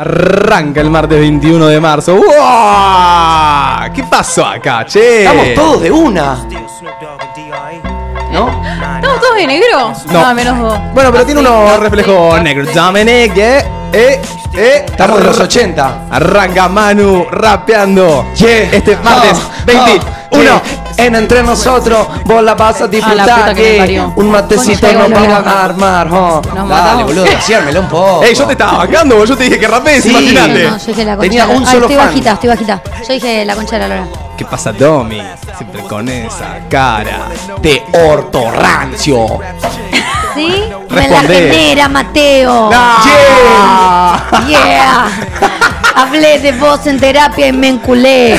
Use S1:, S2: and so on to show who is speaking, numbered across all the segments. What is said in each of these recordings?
S1: Arranca el martes 21 de marzo. ¡Uah! ¿Qué pasó acá, che?
S2: Estamos todos de una, Ah, ¿no?
S3: ¿Estamos todos de negro?
S1: No.
S3: Ah, menos vos.
S1: Bueno, pero tiene unos reflejos negros. Dominic, eh, eh, eh.
S2: Estamos de los 80.
S1: Arranca Manu rapeando.
S2: Che,
S1: Este martes
S2: no,
S1: 21.
S2: no,
S1: Eh.
S2: che, en entre nosotros, vos la vas a
S3: A la
S2: disfrutar.
S3: puta que me
S2: che.
S3: parió.
S2: un matecito
S3: Coño,
S2: nos
S3: pegó el
S2: vamos
S3: loco.
S2: a armar, jo.
S3: Nos
S2: Dale,
S3: matamos.
S2: boludo, vaciármelo un poco.
S1: Ey, yo te estaba bancando, vos. yo te dije que rapees,
S2: Sí.
S1: imagínate.
S4: No, yo dije la concha
S2: Tenía
S4: de la-
S2: un
S4: Ay,
S2: solo
S4: estoy
S2: fan.
S4: bajita, estoy bajita. Yo dije la concha de la lora.
S1: ¿Qué pasa, Domi? Siempre con esa cara.
S2: Te ortorrancio.
S4: ¿Sí? Me la
S1: Respondé.
S4: genera, Mateo.
S1: Yeah.
S4: Yeah. Hablé de vos en terapia y me enculé.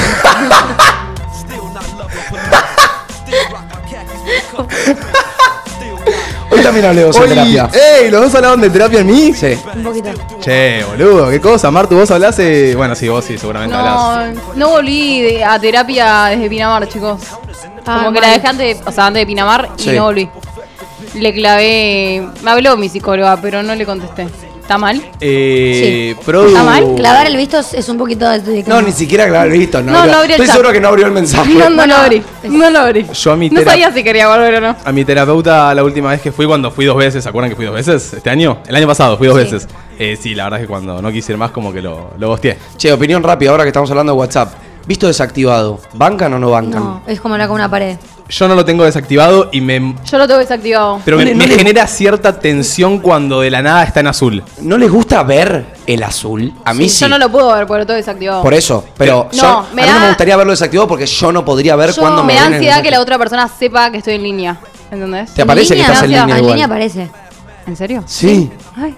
S2: Hoy también hablé de vos en
S1: Hoy-
S2: terapia.
S1: ¡Ey! ¿Los dos hablaban de terapia en mí?
S2: Sí.
S4: Un poquito.
S1: Che, boludo, qué cosa. Martu, vos hablás. eh, Bueno, sí, vos sí, seguramente hablás.
S3: No, no volví de- a terapia desde Pinamar, chicos.
S4: Ah,
S3: Como que
S4: mal.
S3: la dejé antes, de- o sea, antes de Pinamar y
S2: Sí.
S3: no volví. Le clavé. Me habló mi psicóloga, pero no le contesté. ¿Está mal?
S1: Eh,
S4: Sí.
S1: Produ.
S3: ¿Está mal?
S4: Uh. Clavar el visto es, es un poquito de. de-
S2: No, ni siquiera grabar el visto. No,
S3: No,
S2: abrió-
S3: no abrió el
S2: Estoy
S3: chat.
S2: seguro que no abrió el mensaje.
S3: No, no lo abrí. No lo abrí.
S1: Yo a mi
S3: No
S1: terap-
S3: sabía si quería volver o no.
S1: A mi terapeuta la última vez que fui, cuando fui dos veces, ¿se acuerdan que fui dos veces? ¿Este año? El año pasado fui dos
S4: Sí.
S1: veces. Eh, sí, la verdad es que cuando no quise ir más, como que lo, lo bosteé.
S2: Che, opinión rápida ahora que estamos hablando de WhatsApp. Visto desactivado, ¿bancan o no bancan?
S4: No, es como hablar con una pared.
S1: Yo no lo tengo desactivado y me.
S3: Yo lo tengo desactivado.
S1: Pero me,
S2: No le- no
S1: me
S2: le-
S1: genera cierta tensión cuando de la nada está en azul.
S2: ¿No les gusta ver el azul? A mí sí.
S3: Yo no lo puedo ver, porque lo tengo desactivado.
S2: Por eso, pero
S3: No,
S2: yo-
S3: me
S2: a mí no
S3: da-
S2: me gustaría verlo desactivado porque yo no podría ver
S3: Yo-
S2: cuando me
S3: me da
S2: vienen
S3: ansiedad que la
S2: mensajes.
S3: otra persona sepa que estoy en línea. ¿Entendés?
S2: Te aparece que
S4: ¿En
S2: estás en
S3: línea?
S2: línea
S4: En
S2: igual.
S4: línea aparece.
S3: ¿En serio?
S2: Sí.
S3: Ay.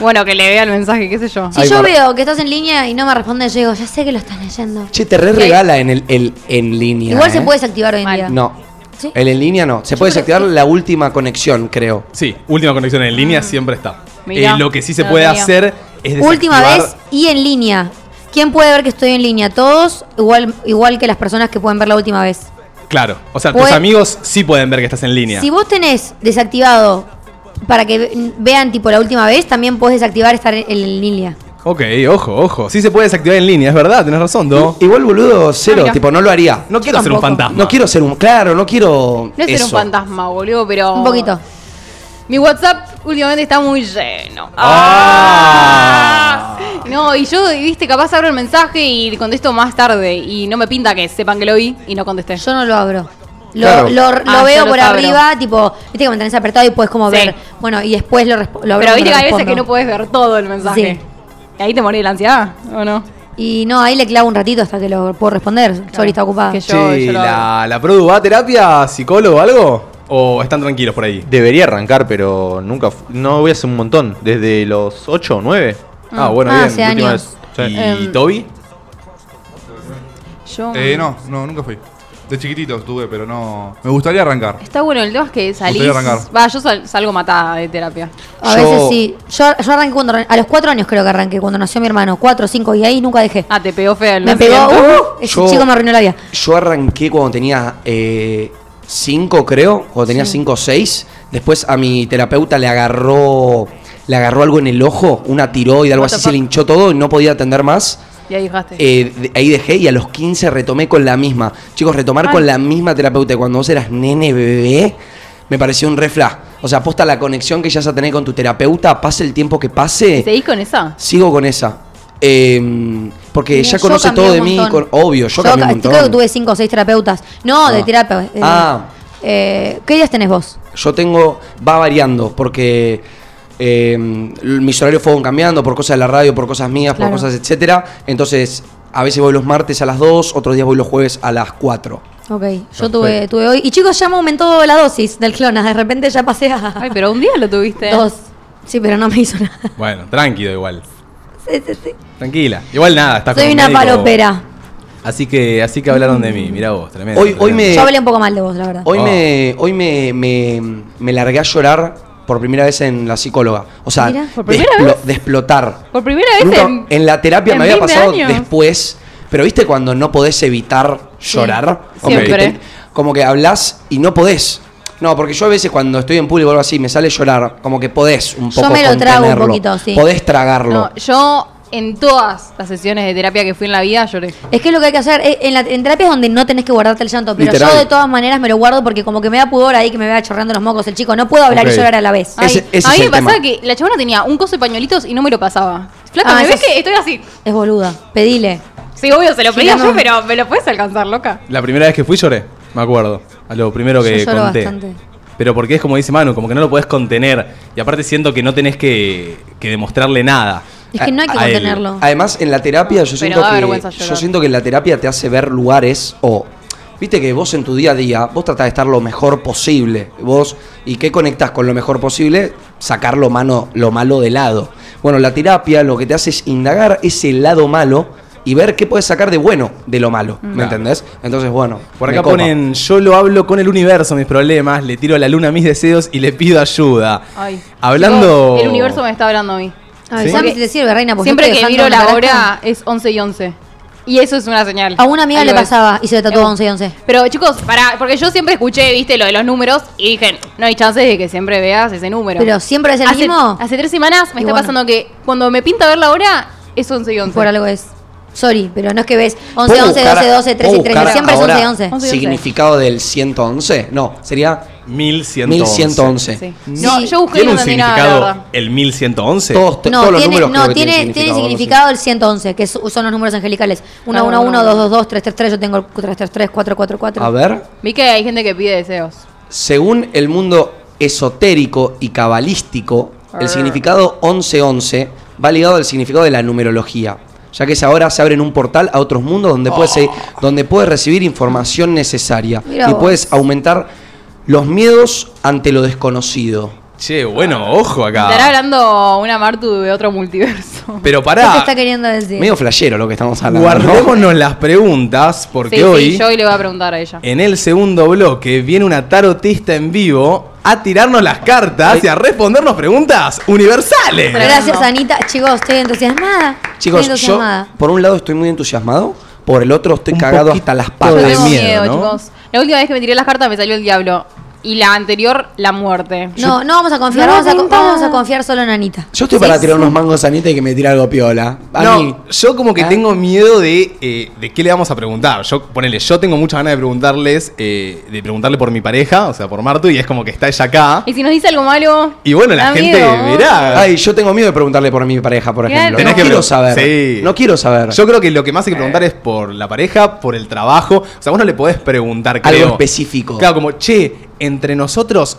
S3: Bueno, que le vea el mensaje, qué sé yo.
S4: Si
S2: Ay,
S4: yo
S2: Mar-
S4: veo que estás en línea y no me respondes, yo digo, ya sé que lo estás leyendo.
S2: Che, te re
S3: Sí.
S2: regala en el, el en línea.
S4: Igual se
S2: ¿eh?
S4: puede desactivar hoy en
S3: Mal.
S4: día.
S2: No.
S4: ¿Sí?
S2: El en línea no. Se puede
S4: creo
S2: desactivar
S4: que-
S2: la última conexión, creo.
S1: Sí, última conexión en línea siempre está.
S3: Mirá,
S1: Eh, lo que sí se
S3: no
S1: puede
S3: tenía.
S1: hacer es desactivar.
S4: Última vez y en línea. ¿Quién puede ver que estoy en línea? Todos, igual, igual que las personas que pueden ver la última vez.
S1: Claro. O sea, tus
S4: Puede-
S1: amigos sí pueden ver que estás en línea.
S4: Si vos tenés desactivado para que ve- vean tipo la última vez, también podés desactivar estar en, en línea.
S1: Ok, ojo, ojo. Sí se puede desactivar en línea, es verdad, tenés razón, ¿no?
S2: Igual, boludo, cero.
S3: Ah, mirá.
S2: tipo, no lo haría.
S1: No quiero ser un
S4: tampoco.
S1: fantasma.
S2: No quiero ser un. Claro, no quiero.
S3: No es ser un
S2: eso.
S3: fantasma, boludo, pero.
S4: Un poquito.
S3: Mi WhatsApp últimamente está muy lleno.
S1: Ah.
S3: Ah. No, y yo, viste, capaz abro el mensaje y contesto más tarde. Y no me pinta que sepan que lo vi y no contesté.
S4: Yo no lo abro. Lo,
S2: Claro.
S4: lo- lo
S3: Ah, yo
S4: veo
S3: los
S4: por
S3: abro.
S4: arriba, tipo, viste que me tenés apretado y puedes como
S3: Sí.
S4: ver. Bueno, y después lo, resp- lo abro.
S3: pero viste
S4: cuando
S3: que hay veces
S4: respondo.
S3: que no puedes ver todo el mensaje.
S4: Sí.
S3: Y ahí te morís de la ansiedad, ¿o no?
S4: Y no, ahí le clavo un ratito hasta que lo puedo responder. Sorry, está ocupada.
S3: Que yo-
S1: Che,
S3: yo lo
S1: la, ¿la produ va a terapia, psicólogo o algo? ¿O están tranquilos por ahí?
S5: Debería arrancar, pero nunca. fu- No voy hace un montón. Desde los 8 o 9.
S1: Ah, bueno,
S4: Ah,
S1: bien.
S4: hace
S1: última
S4: años.
S1: vez.
S5: Sí.
S1: ¿Y
S3: Em,
S1: Toby?
S3: Yo.
S6: Eh, no, no, nunca fui. De chiquitito estuve, pero no. Me gustaría arrancar.
S3: Está bueno, el tema es que salís.
S6: Gustaría arrancar.
S3: Va, yo sal- salgo matada de terapia.
S4: A
S2: Yo-
S4: veces sí. Yo, yo arranqué cuando. A los cuatro años creo que arranqué, cuando nació mi hermano. Cuatro, cinco, y ahí nunca dejé.
S3: Ah, te pegó feo el
S4: me pegó.
S3: nacimiento.
S4: uh, ese
S2: Yo-
S4: chico me arruinó la vida.
S2: Yo arranqué cuando tenía 5, creo, cuando tenía 5 o 6. Después a mi terapeuta le agarró le agarró algo en el ojo, una tiroide, algo
S3: What the
S2: así, se
S3: fuck?
S2: le hinchó todo y no podía atender más.
S3: Y ahí dejaste.
S2: Eh, de- ahí dejé y a los 15 retomé con la misma. Chicos, retomar
S3: Ay.
S2: con la misma terapeuta cuando vos eras nene bebé me pareció un refla. O sea, aposta la conexión que ya vas a tener con tu terapeuta, pase el tiempo que pase.
S3: ¿Y ¿Seguís con esa?
S2: Sigo con esa. Eh, porque
S4: Mira,
S2: ya
S4: yo
S2: conoce
S4: cambié
S2: todo de
S4: un
S2: mí.
S4: montón.
S2: con- obvio, yo, cambié un
S4: ca-
S2: montón.
S4: creo que tuve cinco o seis terapeutas. No, de
S2: Ah.
S4: terapia. eh,
S2: Ah.
S4: eh, ¿Qué días tenés vos?
S2: Yo tengo, va variando, porque eh, mis horarios fueron cambiando por cosas de la radio, por cosas mías,
S4: Claro.
S2: por cosas etcétera. Entonces, a veces voy los martes a las 2, otros días voy los jueves a las 4.
S4: Ok, yo tuve, tuve hoy. Y chicos, ya me aumentó la dosis del clona. De repente ya pasé a
S3: Ay, pero un día lo tuviste.
S4: dos. Sí, pero no me hizo nada.
S1: Bueno, tranquilo igual.
S4: Sí, sí, sí.
S1: Tranquila. Igual nada,
S2: Ah,
S1: estás con
S4: Soy
S1: un
S4: una
S1: médico.
S4: palopera.
S1: Así que, así que hablaron de mí, mirá vos, tremendo.
S2: Hoy- hoy me-
S4: Yo hablé un poco mal de vos, la verdad.
S2: Eh. Hoy,
S1: Oh.
S2: me, hoy me, me- me largué a llorar por primera vez en la psicóloga. O sea,
S4: Mirá,
S3: ¿por
S2: de,
S3: primera
S2: explo-
S3: vez?
S2: de explotar.
S3: Por primera vez
S2: Nunca-
S3: en-
S2: en, la terapia
S3: en
S2: me había
S3: 20
S2: pasado
S3: años.
S2: después. Pero viste cuando no podés evitar llorar. Como que
S3: Siempre.
S2: te- como que hablas y no podés. No, porque yo a veces cuando estoy en público o algo así, me sale llorar. Como que podés un
S4: Yo
S2: poco
S4: me lo trago un
S2: contenerlo.
S4: poquito, sí.
S2: Podés tragarlo.
S3: No, yo en todas las sesiones de terapia que fui en la vida lloré.
S4: Es que es lo que hay que hacer. Eh, En, la, en terapia es donde no tenés que guardarte el llanto, pero
S2: Literal.
S4: yo de todas maneras me lo guardo porque como que me da pudor ahí que me vea chorreando los mocos el chico. No puedo hablar
S5: Ok.
S4: y llorar a la vez.
S3: Ay,
S2: Ese- ese
S3: a mí
S2: es
S3: me
S2: el tema.
S3: pasaba que la chabona tenía un coso de pañuelitos y no me lo pasaba. Flaca,
S4: Ah,
S3: ¿me
S4: eso
S3: ves
S4: es-
S3: que estoy así?
S4: Es boluda. Pedile.
S3: Sí, obvio, se lo pedía
S4: no.
S3: yo, pero me lo puedes alcanzar, loca.
S1: La primera vez que fui lloré, me acuerdo. A lo primero que
S4: Yo lloro
S1: conté.
S4: bastante.
S1: Pero porque es como dice Manu, como que no lo podés contener. Y aparte siento que no tenés que, que demostrarle nada.
S4: Es que no hay que
S1: A- a él.
S4: contenerlo.
S2: Además, en la terapia, yo
S3: Pero
S2: siento,
S3: da vergüenza
S2: que,
S3: llorar.
S2: yo siento que en la terapia te hace ver lugares o. Viste que vos en tu día a día, vos tratás de estar lo mejor posible. Vos, ¿y qué conectás con lo mejor posible? Sacar lo, mano, lo malo de lado. Bueno, la terapia lo que te hace es indagar ese lado malo y ver qué puedes sacar de bueno de lo malo. ¿Me
S1: Claro.
S2: entendés? Entonces, bueno.
S1: Por
S2: me
S1: acá
S2: copa.
S1: ponen, yo lo hablo con el universo mis problemas, le tiro a la luna mis deseos y le pido ayuda.
S3: Ay.
S1: Hablando...
S3: Chicos, el universo me está hablando a mí.
S4: Avisame
S3: ¿Sí?
S4: si te sirve, reina. porque
S3: Siempre
S4: yo estoy
S3: que
S4: dejando
S3: miro la
S4: una caraja.
S3: hora es 11 y 11. Y eso es una señal.
S4: A una amiga
S3: Algo
S4: le
S3: es.
S4: pasaba y se le tatuó
S2: Eh,
S3: Emo.
S4: 11 y 11.
S3: Pero chicos, para, porque yo siempre escuché, viste, lo de los números y dije, no hay chances de que siempre veas ese número.
S4: Pero siempre es el
S3: hace,
S4: mismo.
S3: Hace tres semanas me
S4: Y
S3: está
S4: bueno.
S3: pasando que cuando me pinta ver la hora es 11 y 11.
S4: Por algo es. Sorry, pero no es que ves 11,
S2: ¿Puedo
S4: 11,
S2: buscar-
S4: 12, 12, 13 y
S2: puedo
S4: 13.
S2: buscar
S4: Siempre es
S2: ahora
S4: 11 y 11.
S3: 11.
S2: ¿Significado del 111? No, sería
S1: 1111.
S2: 1111.
S3: Sí. No,
S4: Sí.
S3: yo busqué y
S1: ¿Tiene
S3: no
S1: un
S3: entendí nada, la
S1: significado
S3: verdad.
S1: el 1111?
S2: Todos,
S4: No,
S2: todos los
S4: tiene,
S2: números creo
S4: no
S2: que tienen
S4: tiene, tiene
S2: algo así.
S4: significado el 111, que su- son los números angelicales. 111,
S3: Ah,
S4: 222, 333, yo tengo el 333, 444.
S2: A ver.
S3: Vi que hay gente que pide deseos.
S2: Según el mundo esotérico y cabalístico, el significado 1111 va ligado al significado de la numerología, ya que ahora se abren un portal a otros mundos donde puedes, se- donde puedes recibir información necesaria
S4: Oh. Mirá
S2: y
S4: vos.
S2: puedes aumentar los miedos ante lo desconocido.
S1: Che, bueno, ojo
S3: Estará
S1: acá.
S3: hablando una Martu de otro multiverso.
S1: Pero
S4: ¿Qué te
S1: pará,
S4: está queriendo decir?
S2: Medio flashero lo que estamos hablando. ¿no?
S1: guardémonos las preguntas porque
S3: sí,
S1: hoy... Eh,
S3: sí, yo hoy le voy a preguntar a ella.
S1: En el segundo bloque viene una tarotista en vivo a tirarnos las cartas y a respondernos preguntas universales.
S4: Gracias, Anita. Chicos, estoy entusiasmada.
S2: Chicos,
S4: estoy
S2: yo
S4: entusiasmada.
S2: por un lado estoy muy entusiasmado, por el otro estoy
S1: Un
S2: cagado
S1: poquito
S2: hasta las
S1: de
S3: Yo
S2: patas.
S3: tengo
S1: miedo,
S3: miedo,
S1: ¿no?
S3: chicos. La última vez que me tiré las cartas me salió el diablo. Y la anterior, la muerte.
S4: No, no vamos a confiar,
S3: No,
S4: vamos, a,
S3: Anita.
S4: vamos a confiar solo en Anita.
S2: Yo estoy para tirar unos mangos a Anita y que me tire algo piola. A
S1: no,
S2: mí.
S1: yo como que
S2: ¿Ah?
S1: tengo miedo de, eh, de qué le vamos a preguntar. Yo, ponele, yo tengo muchas ganas de preguntarles, eh, de preguntarle por mi pareja, o sea, por Martu, y es como que está ella acá.
S3: Y si nos dice algo malo.
S1: Y bueno, la
S3: da
S1: gente
S3: miedo.
S1: verá.
S2: Ay, yo tengo miedo de preguntarle por mi pareja, por
S3: Claro.
S2: ejemplo.
S3: Tenés
S2: no
S3: que
S2: quiero
S1: pregun-
S2: saber.
S1: Sí.
S2: No quiero saber.
S1: Yo creo que lo que más hay que preguntar es por la pareja, por el trabajo. O sea, vos no le podés preguntar,
S2: Algo
S1: creo.
S2: específico.
S1: Claro, como, che, entre nosotros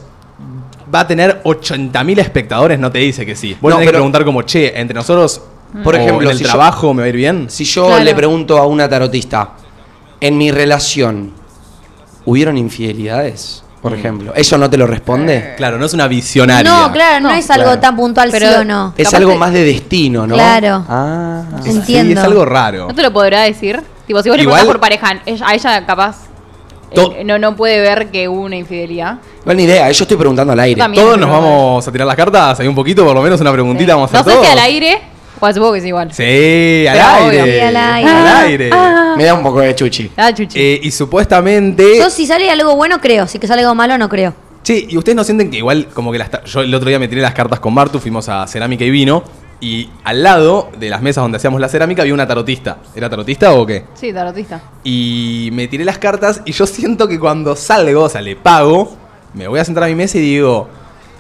S1: va a tener 80.000 espectadores, no te dice que sí. Vos
S2: No,
S1: tenés que
S2: pero- Mm.
S1: preguntar como, che, entre nosotros,
S2: Por
S1: o
S2: ejemplo,
S1: en el
S2: si yo-
S1: trabajo me va a ir bien.
S2: Si yo
S3: Claro.
S2: le pregunto a una tarotista, en mi relación, ¿hubieron infidelidades?
S1: Mm.
S2: Por ejemplo. ¿Eso no te lo responde?
S1: Claro, no es una visionaria.
S4: No, claro, no,
S3: No,
S4: es algo
S2: claro.
S4: tan puntual,
S3: Pero-
S4: sí o no.
S2: Es
S3: Capaz
S2: algo
S3: que-
S2: más de destino, ¿no?
S4: Claro.
S2: Ah.
S1: Sí,
S4: Entiendo.
S1: es algo raro.
S3: No te lo podrá decir. Tipo, si vos le
S1: Igual-
S3: preguntás por pareja, ella- a ella capaz eh,
S1: To-
S3: no, no puede ver que hubo una infidelidad.
S2: Buena idea, eh, yo estoy preguntando al aire.
S3: Yo también.
S1: Todos nos
S3: pero-
S1: vamos a tirar las cartas, hay un poquito, por lo menos una preguntita vamos a
S3: no
S1: hacer
S3: sé si
S1: todos.
S3: al aire. O supongo que es igual.
S1: Sí, al
S3: Pero
S1: aire.
S3: obvio.
S4: Sí, al aire.
S1: Al aire.
S2: Me da un poco de chuchi.
S3: Ah, chuchi.
S1: Eh, y supuestamente.
S4: Yo si sale algo bueno creo, si que sale algo malo no creo.
S1: Che, ¿y ustedes no sienten que igual, como que las. ta- Yo el otro día me tiré las cartas con Martu, fuimos a Cerámica y Vino, y al lado de las mesas donde hacíamos la cerámica había una tarotista. ¿Era tarotista o qué?
S3: Sí, tarotista.
S1: Y me tiré las cartas y yo siento que cuando salgo, o sea, le pago, me voy a sentar a mi mesa y digo,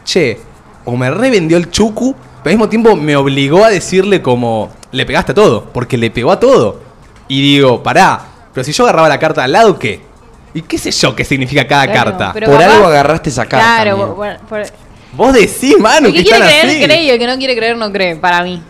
S1: che, o me revendió el chucu, pero al mismo tiempo me obligó a decirle como, le pegaste a todo, porque le pegó a todo. Y digo, pará, pero si yo agarraba la carta al lado, ¿qué? ¿Y qué sé yo qué significa cada
S3: Claro,
S1: carta?
S3: pero
S2: Por
S3: capaz-
S2: algo agarraste esa carta.
S3: claro,
S2: amigo.
S3: bueno, por-
S1: Vos decís, mano,
S3: El
S1: que
S3: que quiere
S1: están
S3: creer,
S1: así.
S3: cree y el que no quiere creer, no cree, para mí.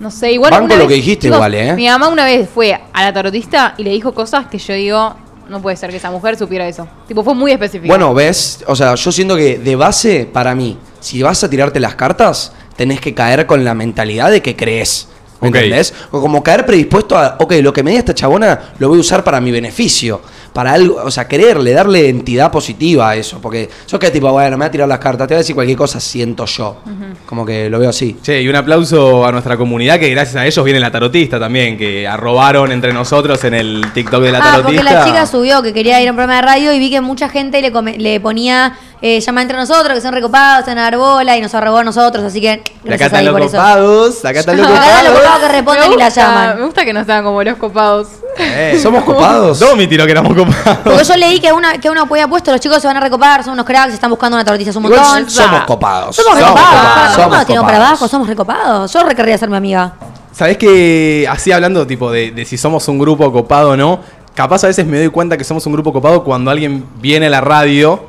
S3: No sé, igual.
S2: Banco
S3: una
S2: lo
S3: vez-
S2: que dijiste igual, ¿eh?
S3: Mi mamá una vez fue a la tarotista y le dijo cosas que yo digo, no puede ser que esa mujer supiera eso. Tipo, fue muy específico.
S2: Bueno, ves, o sea, yo siento que de base, para mí, si vas a tirarte las cartas, tenés que caer con la mentalidad de que crees. ¿Me
S1: Ok.
S2: entendés? O como caer predispuesto a, ok, lo que me diga esta chabona lo voy a usar para mi beneficio. Para algo, o sea, creerle, darle entidad positiva a eso. Porque sos que tipo, bueno, me va a tirar las cartas, te va a decir cualquier cosa, siento yo. Como que lo veo así.
S1: Che, y un aplauso a nuestra comunidad que gracias a ellos viene la tarotista también, que arrobaron entre nosotros en el TikTok de la
S4: ah,
S1: tarotista.
S4: porque la chica subió que quería ir a un programa de radio y vi que mucha gente le, come- le ponía eh, llama entre nosotros, que son recopados, son a dar bola y nos arrobó a nosotros, así que
S1: Y acá
S4: gracias
S1: están
S4: ahí
S1: los
S4: por eso.
S1: copados, acá están los
S4: Acá están los
S1: copados.
S4: copados que responden y la
S3: gusta- Me
S4: llaman.
S3: gusta que no sean como los copados.
S1: Eh,
S2: ¿Somos copados?
S1: Domi tiró que éramos copados.
S4: Porque yo leí que a una, que a una podía puesto, los chicos se van a recopar, son unos cracks, están buscando una tortilla un
S2: Igual
S4: montón.
S2: somos copados.
S4: Somos recopados, somos
S2: somos
S4: nos tiramos para
S2: copados.
S4: abajo, somos recopados. Yo requerría ser mi amiga.
S1: Sabés que, así hablando, tipo, de, de si somos un grupo copado o no, capaz a veces me doy cuenta que somos un grupo copado cuando alguien viene a la radio,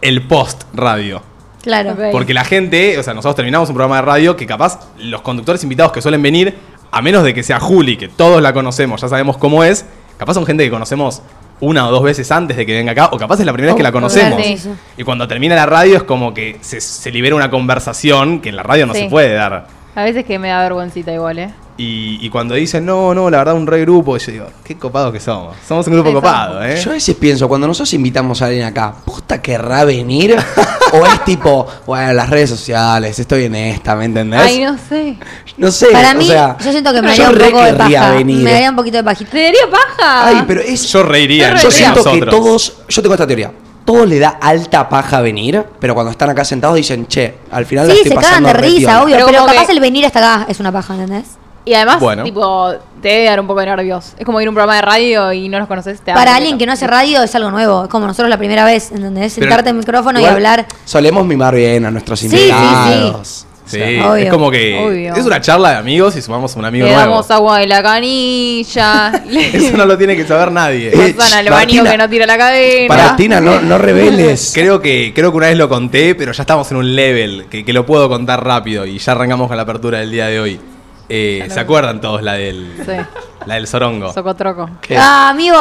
S1: el post radio.
S4: Claro.
S3: Ok.
S1: Porque la gente, o sea, nosotros terminamos un programa de radio que capaz los conductores invitados que suelen venir, a menos de que sea Juli, que todos la conocemos, ya sabemos cómo es, capaz son gente que conocemos una o dos veces antes de que venga acá, o capaz es la primera vez que la conocemos.
S3: Oh, sí,
S4: sí.
S1: Y cuando termina la radio es como que se, se libera una conversación que en la radio no
S3: Sí.
S1: se puede dar.
S3: A veces que me da vergüencita igual, ¿eh?
S1: Y, y cuando dicen, no, no, la verdad, un re grupo, yo digo, qué copados que somos. Somos un grupo
S3: Sí,
S1: copado, ¿eh?
S2: Yo a veces pienso, cuando nosotros invitamos a alguien acá, ¿posta querrá venir? ¿O es tipo, bueno, las redes sociales, estoy en esta, ¿me entendés?
S3: Ay, no sé.
S2: No sé,
S4: Para
S2: o
S4: mí,
S2: sea,
S4: yo siento que me
S2: yo
S4: daría un
S2: re
S4: poco de
S2: querría
S4: paja.
S2: venir.
S4: Me daría un poquito de pajita.
S3: ¿Te daría paja?
S2: Ay, pero es...
S1: Yo reiría.
S2: Yo
S1: entre
S2: siento que
S1: nosotros.
S2: todos, yo tengo esta teoría, todos le da alta paja venir, pero cuando están acá sentados dicen, che, al final la
S4: Sí,
S2: estoy
S4: se cagan
S2: pasando
S4: de
S2: re
S4: risa,
S2: piola".
S4: obvio,
S3: Pero
S4: pero,
S3: como
S4: capaz
S3: que-
S4: el venir hasta acá es una paja, ¿entendés?
S3: Y además,
S1: Bueno.
S3: tipo, te debe dar un poco de nervios. Es como ir a un programa de radio y no los conoces. Te da
S4: Para
S3: un
S4: alguien
S3: poquito.
S4: que no hace radio es algo nuevo, es como nosotros la primera vez, ¿entendés?
S1: Pero-
S4: Sentarte en micrófono
S2: Igual
S4: y hablar.
S2: Solemos mimar bien a nuestros
S4: Sí, sí, sí.
S2: invitados.
S1: Sí,
S2: O sea,
S1: es
S4: Obvio.
S1: como que
S3: Obvio.
S1: es una charla de amigos y sumamos un amigo
S3: Le
S1: nuevo.
S3: damos agua de la canilla. le
S1: Eso no lo tiene que saber nadie.
S2: Eh,
S3: pasan al
S2: Martina,
S3: baño que no tira la cadena.
S2: Martina, no, no reveles.
S1: Creo que, creo que una vez lo conté, pero ya estamos en un level que, que lo puedo contar rápido y ya arrancamos con la apertura del día de hoy. Eh, ¿Se acuerdan todos la del,
S3: Sí,
S1: la del sorongo?
S3: socotroco.
S2: ¿Qué?
S4: Ah, amigo,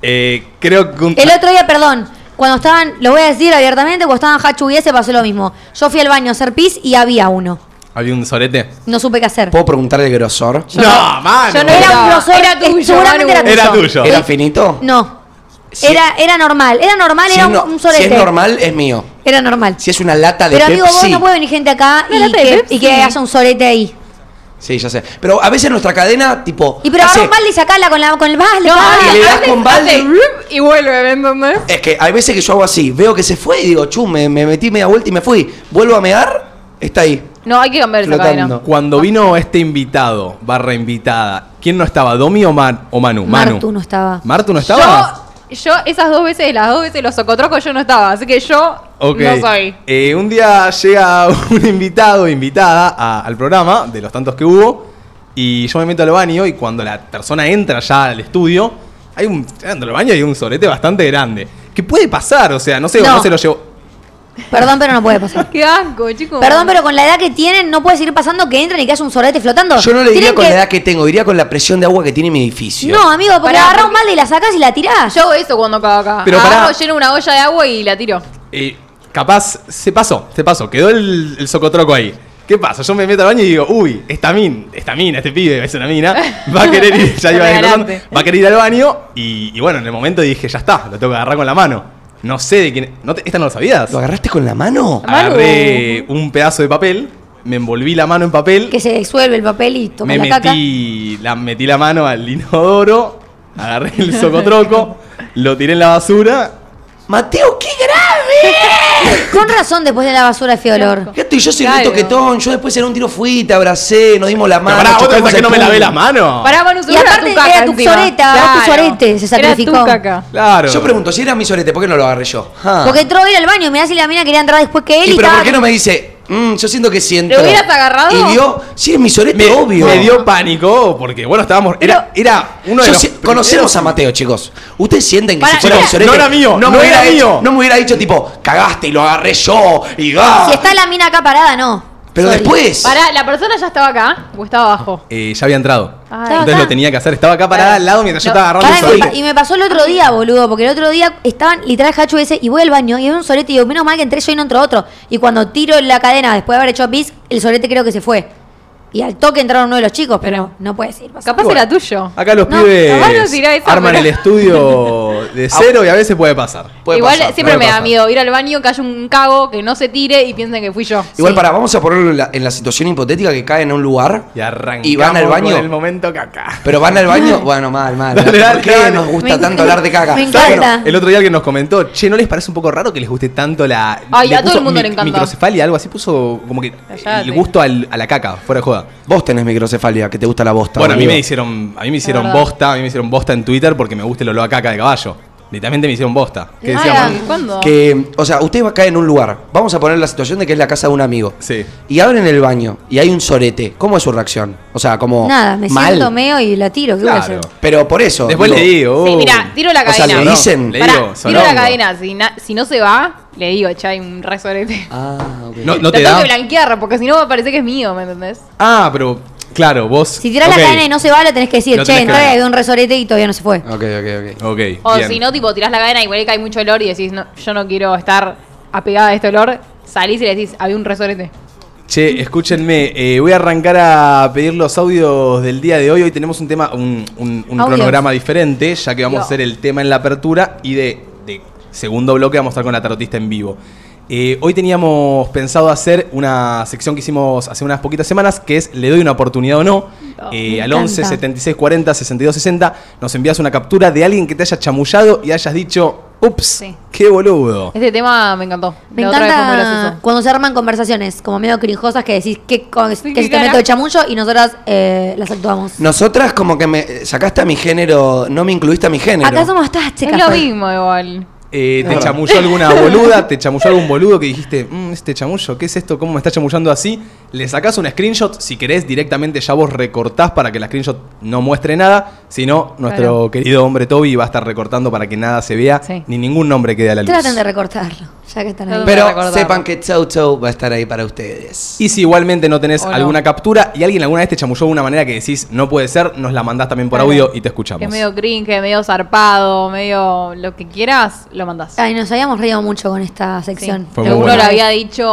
S1: Eh, creo que un-
S4: el otro día, perdón, cuando estaban, lo voy a decir abiertamente, cuando estaban Hachu y ese pasó lo mismo. Yo fui al baño a hacer pis y había uno.
S1: había un sorete.
S4: No supe qué hacer.
S2: ¿Puedo preguntar el grosor?
S1: No, mano.
S3: yo no
S4: Era un
S3: Era-
S4: grosor,
S3: era
S4: eh,
S3: tuyo,
S4: seguramente
S3: Manu.
S4: era
S1: Era
S4: tuyo.
S1: tuyo.
S2: ¿Era finito?
S4: No,
S2: Si-
S4: era, era normal, era normal,
S2: si
S4: era
S2: es
S4: un,
S2: no-
S4: Ah, un sorete.
S2: Si es normal, es mío.
S4: Era normal.
S2: Si es este una lata de
S4: Pero amigo, vos
S2: Pepsi-
S4: no puede venir gente acá
S3: Una
S4: y
S3: lata de
S4: que,
S3: Pepsi.
S4: y que haya un sorete ahí.
S2: Sí, ya sé. Pero a veces nuestra cadena, tipo.
S4: Y pero
S2: hace-
S4: agarra un balde y sacala con, la, con el balde. pa.
S2: y le das con balde.
S3: hace rup Y vuelve, ¿me entendés?
S2: Es que hay veces que yo hago así, veo que se fue y digo, chum, me, me metí media vuelta y me fui. Vuelvo a mear, está ahí.
S3: No, hay que cambiar esa
S2: Flotando.
S3: cadena.
S1: Cuando vino este invitado, barra invitada, ¿quién no estaba? ¿Domi o, Man- o Manu? Manu.
S4: Martu no estaba.
S1: ¿Martu no estaba?
S3: Yo, yo esas dos veces, las dos veces los socotrocos yo no estaba. Así que yo
S1: Ok.
S3: no soy.
S1: Eh, un día llega un invitado, invitada a- al programa, de los tantos que hubo, y yo me meto al baño y cuando la persona entra ya al estudio, hay un, entra al baño y hay un sorete bastante grande. Que puede pasar, o sea, no sé, o
S4: No.
S1: no se lo llevó.
S4: Perdón, pero no puede pasar.
S3: Qué asco, chicos.
S4: Perdón, pero con la edad que tienen, no puede seguir pasando que entren y que haya un sorete flotando.
S2: Yo no le diría
S4: Tienen
S2: con
S4: que-
S2: la edad que tengo, diría con la presión de agua que tiene mi edificio.
S4: No, amigo, porque
S3: Pará,
S4: agarra un
S3: porque-
S4: balde y la sacas y la tirás.
S3: Yo hago eso cuando cago acá.
S1: Pero
S3: Agarro,
S1: pará.
S3: lleno una olla de agua y la tiro.
S1: Eh, capaz se pasó, se pasó, quedó el, el socotroco ahí. ¿Qué pasa? Yo me meto al baño y digo, uy, esta min, esta mina, este pibe, es una mina, va a querer ir, ya iba desglosando,
S3: Regalante.
S1: va a querer ir al baño y, y bueno, en el momento dije, ya está, lo tengo que agarrar con la mano. No sé de quién, no te- esta no lo sabías.
S2: ¿Lo agarraste con la mano?
S3: Manu.
S1: Agarré un pedazo de papel, me envolví la mano en papel,
S4: Que se disuelve el papel y toma
S1: me
S4: la caca.
S1: metí la, metí la mano al inodoro, agarré el socotroco, lo tiré en la basura.
S2: Mateo, qué grave.
S4: Con razón, después de la basura es feo olor.
S2: Gato, y yo soy
S3: Claro.
S2: reto toquetón, yo después era un tiro fui, te abracé, nos dimos la
S1: Pero
S2: mano.
S1: pará, vos
S2: chocamos
S1: pensás que
S2: el
S1: no me
S2: puño.
S1: lavé la mano.
S3: Pará, Manu,
S4: Y
S3: seguro
S4: aparte
S3: tu caca
S4: era tu
S3: encima.
S4: soreta, era tu sorete, se sacrificó.
S3: Era tu caca.
S1: Claro.
S2: Yo pregunto, si era mi sorete, ¿por qué no lo agarré yo? Ah.
S4: Porque entró a ir al baño y mirá si la mina quería entrar después que él y,
S2: y pero
S4: estaba-
S2: ¿por qué no me dice? "Mm, yo siento que siento.
S3: ¿Lo hubieras agarrado?
S2: Y dio, sí, es mi sorete,
S1: Me,
S2: obvio.
S1: me dio pánico porque, bueno, estábamos. Era, era uno de
S2: Yo
S1: los.
S2: si- conocemos
S1: primeros-
S2: a Mateo, chicos. Ustedes sienten que
S3: Pará,
S2: si fuera
S1: no,
S2: mi sorete,
S1: no era mío, no
S2: me hubiera
S1: era
S2: hecho-
S1: mío.
S2: no me hubiera dicho, tipo, cagaste y lo agarré yo. Y ah.
S4: Si está la mina acá parada, no.
S2: Pero
S4: Sorry.
S2: después.
S3: Pará, ¿la persona ya estaba acá o estaba abajo?
S1: Eh, ya había entrado.
S3: Ay.
S1: Entonces
S4: acá.
S1: lo tenía que hacer. Estaba acá parada al lado mientras yo
S3: No.
S1: estaba agarrando
S4: Pará,
S1: el
S4: y, me
S1: sobrino.
S4: pa- y me pasó el otro día, boludo, porque el otro día estaban literal Hachu ese y voy al baño y veo un sorete y digo, menos mal que entré yo y no entró otro. Y cuando tiro la cadena después de haber hecho pis, el sorete creo que se fue. Y al toque entraron uno de los chicos, pero no puede ser.
S3: Capaz
S1: Bueno.
S3: era tuyo.
S1: Acá los
S4: No,
S1: pibes
S3: capaz no tirá esa,
S1: arman
S3: pero-
S1: el estudio de cero y a veces puede pasar.
S2: Puede
S3: Igual
S2: pasar,
S3: siempre me
S1: puede
S3: da
S1: pasar.
S3: miedo ir al baño, que haya un cago, que no se tire y piensen que fui yo.
S2: Igual
S4: Sí.
S2: para, vamos a ponerlo en la, en la situación hipotética que caen a un lugar.
S1: Y arranca.
S2: Y van al baño.
S1: En el momento caca.
S2: Pero van al baño, bueno, mal, mal.
S1: Dale, dale,
S2: ¿Por qué
S1: dale.
S2: nos gusta
S4: Me-
S2: tanto hablar de caca?
S4: me encanta.
S2: Bueno,
S1: El otro día alguien nos comentó, che, ¿no les parece un poco raro que les guste tanto la.
S3: Ay,
S1: le
S3: a todo
S1: puso
S3: el mundo le encanta.
S1: Microcefalia, algo así, puso como que
S3: Callate.
S1: el gusto al- a la caca, fuera de joda.
S2: vos tenés microcefalia, que te gusta la bosta.
S1: Bueno, a mí
S2: boludo.
S1: me hicieron, a mí me hicieron
S3: verdad.
S1: bosta, a mí me hicieron bosta en Twitter porque me gusta el olor a caca de caballo. Literalmente me hicieron bosta. ¿Qué
S3: Ay,
S1: decíamos?
S3: ay, ¿Cuándo?
S2: Que, o sea, ustedes va- caen en un lugar. Vamos a poner la situación de que es la casa de un amigo.
S1: Sí.
S2: Y abren el baño y hay un sorete. ¿Cómo es su reacción? O sea, como.
S4: Nada, me
S2: mal.
S4: siento meo y la tiro. ¿Qué voy a
S1: Claro.
S4: hacer?
S2: Pero por eso.
S1: Después
S2: digo,
S1: le digo.
S3: Sí,
S1: "Oh".
S3: mira, tiro la
S2: O sea,
S3: cadena.
S2: le dicen.
S1: Le
S3: Pará,
S1: digo,
S3: tiro la
S1: Solongo.
S3: cadena. Si, na- si no se va, le digo, che, hay un resorete.
S2: Ah, ok.
S1: No, no
S3: Lo
S1: te
S3: tengo
S1: da.
S3: que blanquear, porque si no va a parecer que es mío, ¿me entendés?
S1: Ah, pero claro, vos.
S4: Si tirás
S1: ok.
S4: la cadena y no se va, lo tenés que decir.
S1: Lo
S4: che,
S1: tenés que
S4: entré,
S1: ver. Ah.
S4: había un resorete y todavía no se fue.
S2: Ok, ok, ok.
S1: Ok.
S3: O
S1: bien.
S3: si no, tipo, tirás la cadena y igual que hay mucho olor y decís, no, yo no quiero estar apegada a este olor, salís y le decís, había un resorete.
S1: Che, escúchenme, eh, voy a arrancar a pedir los audios del día de hoy. Hoy tenemos un tema, un, un- un
S4: Audios.
S1: cronograma diferente, ya que vamos
S3: Yo.
S1: a hacer el tema en la apertura y de, de segundo bloque vamos a estar con la tarotista en vivo. Eh, hoy teníamos pensado hacer una sección que hicimos hace unas poquitas semanas, que es Le doy una oportunidad o no. Eh, al 11 76 40 62 60 nos envías una captura de alguien que te haya chamullado y hayas dicho, ups,
S3: Sí.
S1: qué
S2: Oh.
S1: boludo.
S3: Este tema me encantó.
S4: Me
S3: La otra vez fue muy
S4: encanta
S3: gracioso.
S4: cuando se arman conversaciones como medio crinjosas que decís que, con,
S3: Sí,
S4: que
S3: qué
S4: se te
S3: cara.
S4: meto el chamullo y nosotras eh, las actuamos.
S2: Nosotras como que me sacaste a mi género, no me incluiste a mi género.
S4: Acá somos todas chicas. pues.
S3: Es lo mismo igual.
S1: Eh, ¿Te
S2: verdad.
S1: chamulló alguna boluda? ¿Te chamulló algún boludo que dijiste, "Mm, este chamullo, qué es esto? ¿Cómo me está chamullando así? Le sacás un screenshot, si querés, directamente ya vos recortás para que la screenshot no muestre nada. Si no, nuestro
S3: Claro.
S1: querido hombre Toby va a estar recortando para que nada se vea,
S3: Sí.
S1: ni ningún nombre quede a la luz.
S4: Traten de recortarlo, ya que están ahí.
S3: Pero-
S2: Pero
S3: Recordar.
S2: sepan que Chow Chow va a estar ahí para ustedes.
S1: Y si igualmente no tenés
S3: O no.
S1: alguna captura y alguien alguna vez te chamulló de una manera que decís, no puede ser, nos la mandás también por
S3: Claro.
S1: audio y te escuchamos.
S3: Que es medio cringe, medio zarpado, medio lo que quieras, lo mandás.
S4: Ay, nos habíamos reído mucho con esta sección.
S1: Fue
S3: Uno
S1: muy bueno.
S3: lo había dicho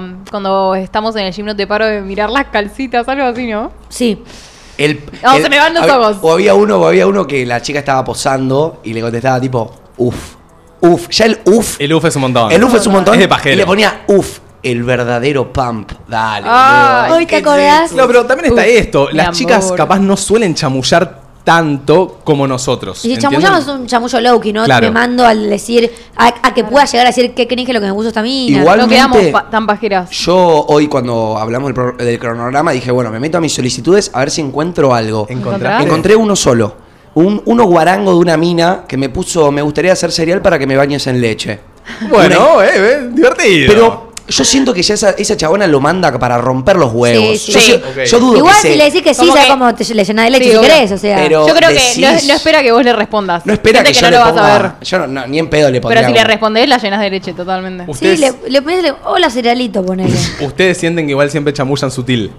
S3: mm, cuando estamos en el gym, no te paro de mirar las calcitas, algo así, ¿no?
S4: Sí.
S2: El,
S3: No, se me van los
S2: había-
S3: ojos.
S2: O había uno, o había uno que la chica estaba posando y le contestaba tipo, uff, uff. Ya el uff.
S1: El UF es un montón.
S2: El uff es un montón.
S1: Es de
S2: Y le
S1: pajero.
S2: ponía uff, el verdadero pump. Dale.
S3: Ah,
S2: boludo.
S4: Hoy te acordás.
S1: No, pero también está
S3: Uf,
S1: esto.
S3: mi
S1: Las chicas
S3: amor.
S1: capaz no suelen chamullar tanto como nosotros.
S4: Y si
S1: ¿entienden?
S4: chamullamos es un chamullo lowkey, ¿no?
S1: Claro.
S4: Te mando al decir, a, a que pueda llegar a decir que cringe lo que me gusta esta mina.
S2: Igual-
S3: No
S2: Igualmente-
S3: quedamos pa- tan pajeras.
S2: Yo hoy cuando hablamos del, pro- del cronograma dije, bueno, me meto a mis solicitudes a ver si encuentro algo.
S3: ¿Encontraste?
S2: Encontré uno solo. Un, uno guarango de una mina que me puso, me gustaría hacer cereal para que me bañes en leche.
S1: Bueno, eh, eh, divertido.
S2: Pero yo siento que ya esa, esa chabona lo manda para romper los huevos.
S4: Sí, sí.
S2: Yo,
S4: Sí.
S2: sé-
S1: Ok.
S2: yo dudo
S4: Igual
S2: que
S4: si
S2: se-
S4: le decís que sí,
S3: Como
S4: ya
S3: que-
S4: como te, le llenás de leche
S3: Sí,
S4: si
S3: obvio.
S4: querés, o sea.
S2: Pero-
S3: Yo creo que no,
S2: decís-
S3: no espera que vos le respondas.
S2: No espera
S3: Siente
S2: que, yo
S3: no
S2: le
S3: lo
S2: ponga-
S3: vas a ver.
S2: Yo no, no, ni en pedo le pondría.
S3: Pero si le
S2: algo.
S3: respondés, la llenas de leche totalmente.
S1: Uf.
S4: sí,
S1: ustedes-
S4: le, le ponés, le- hola cerealito, ponele.
S1: Ustedes sienten que igual siempre chamullan sutil.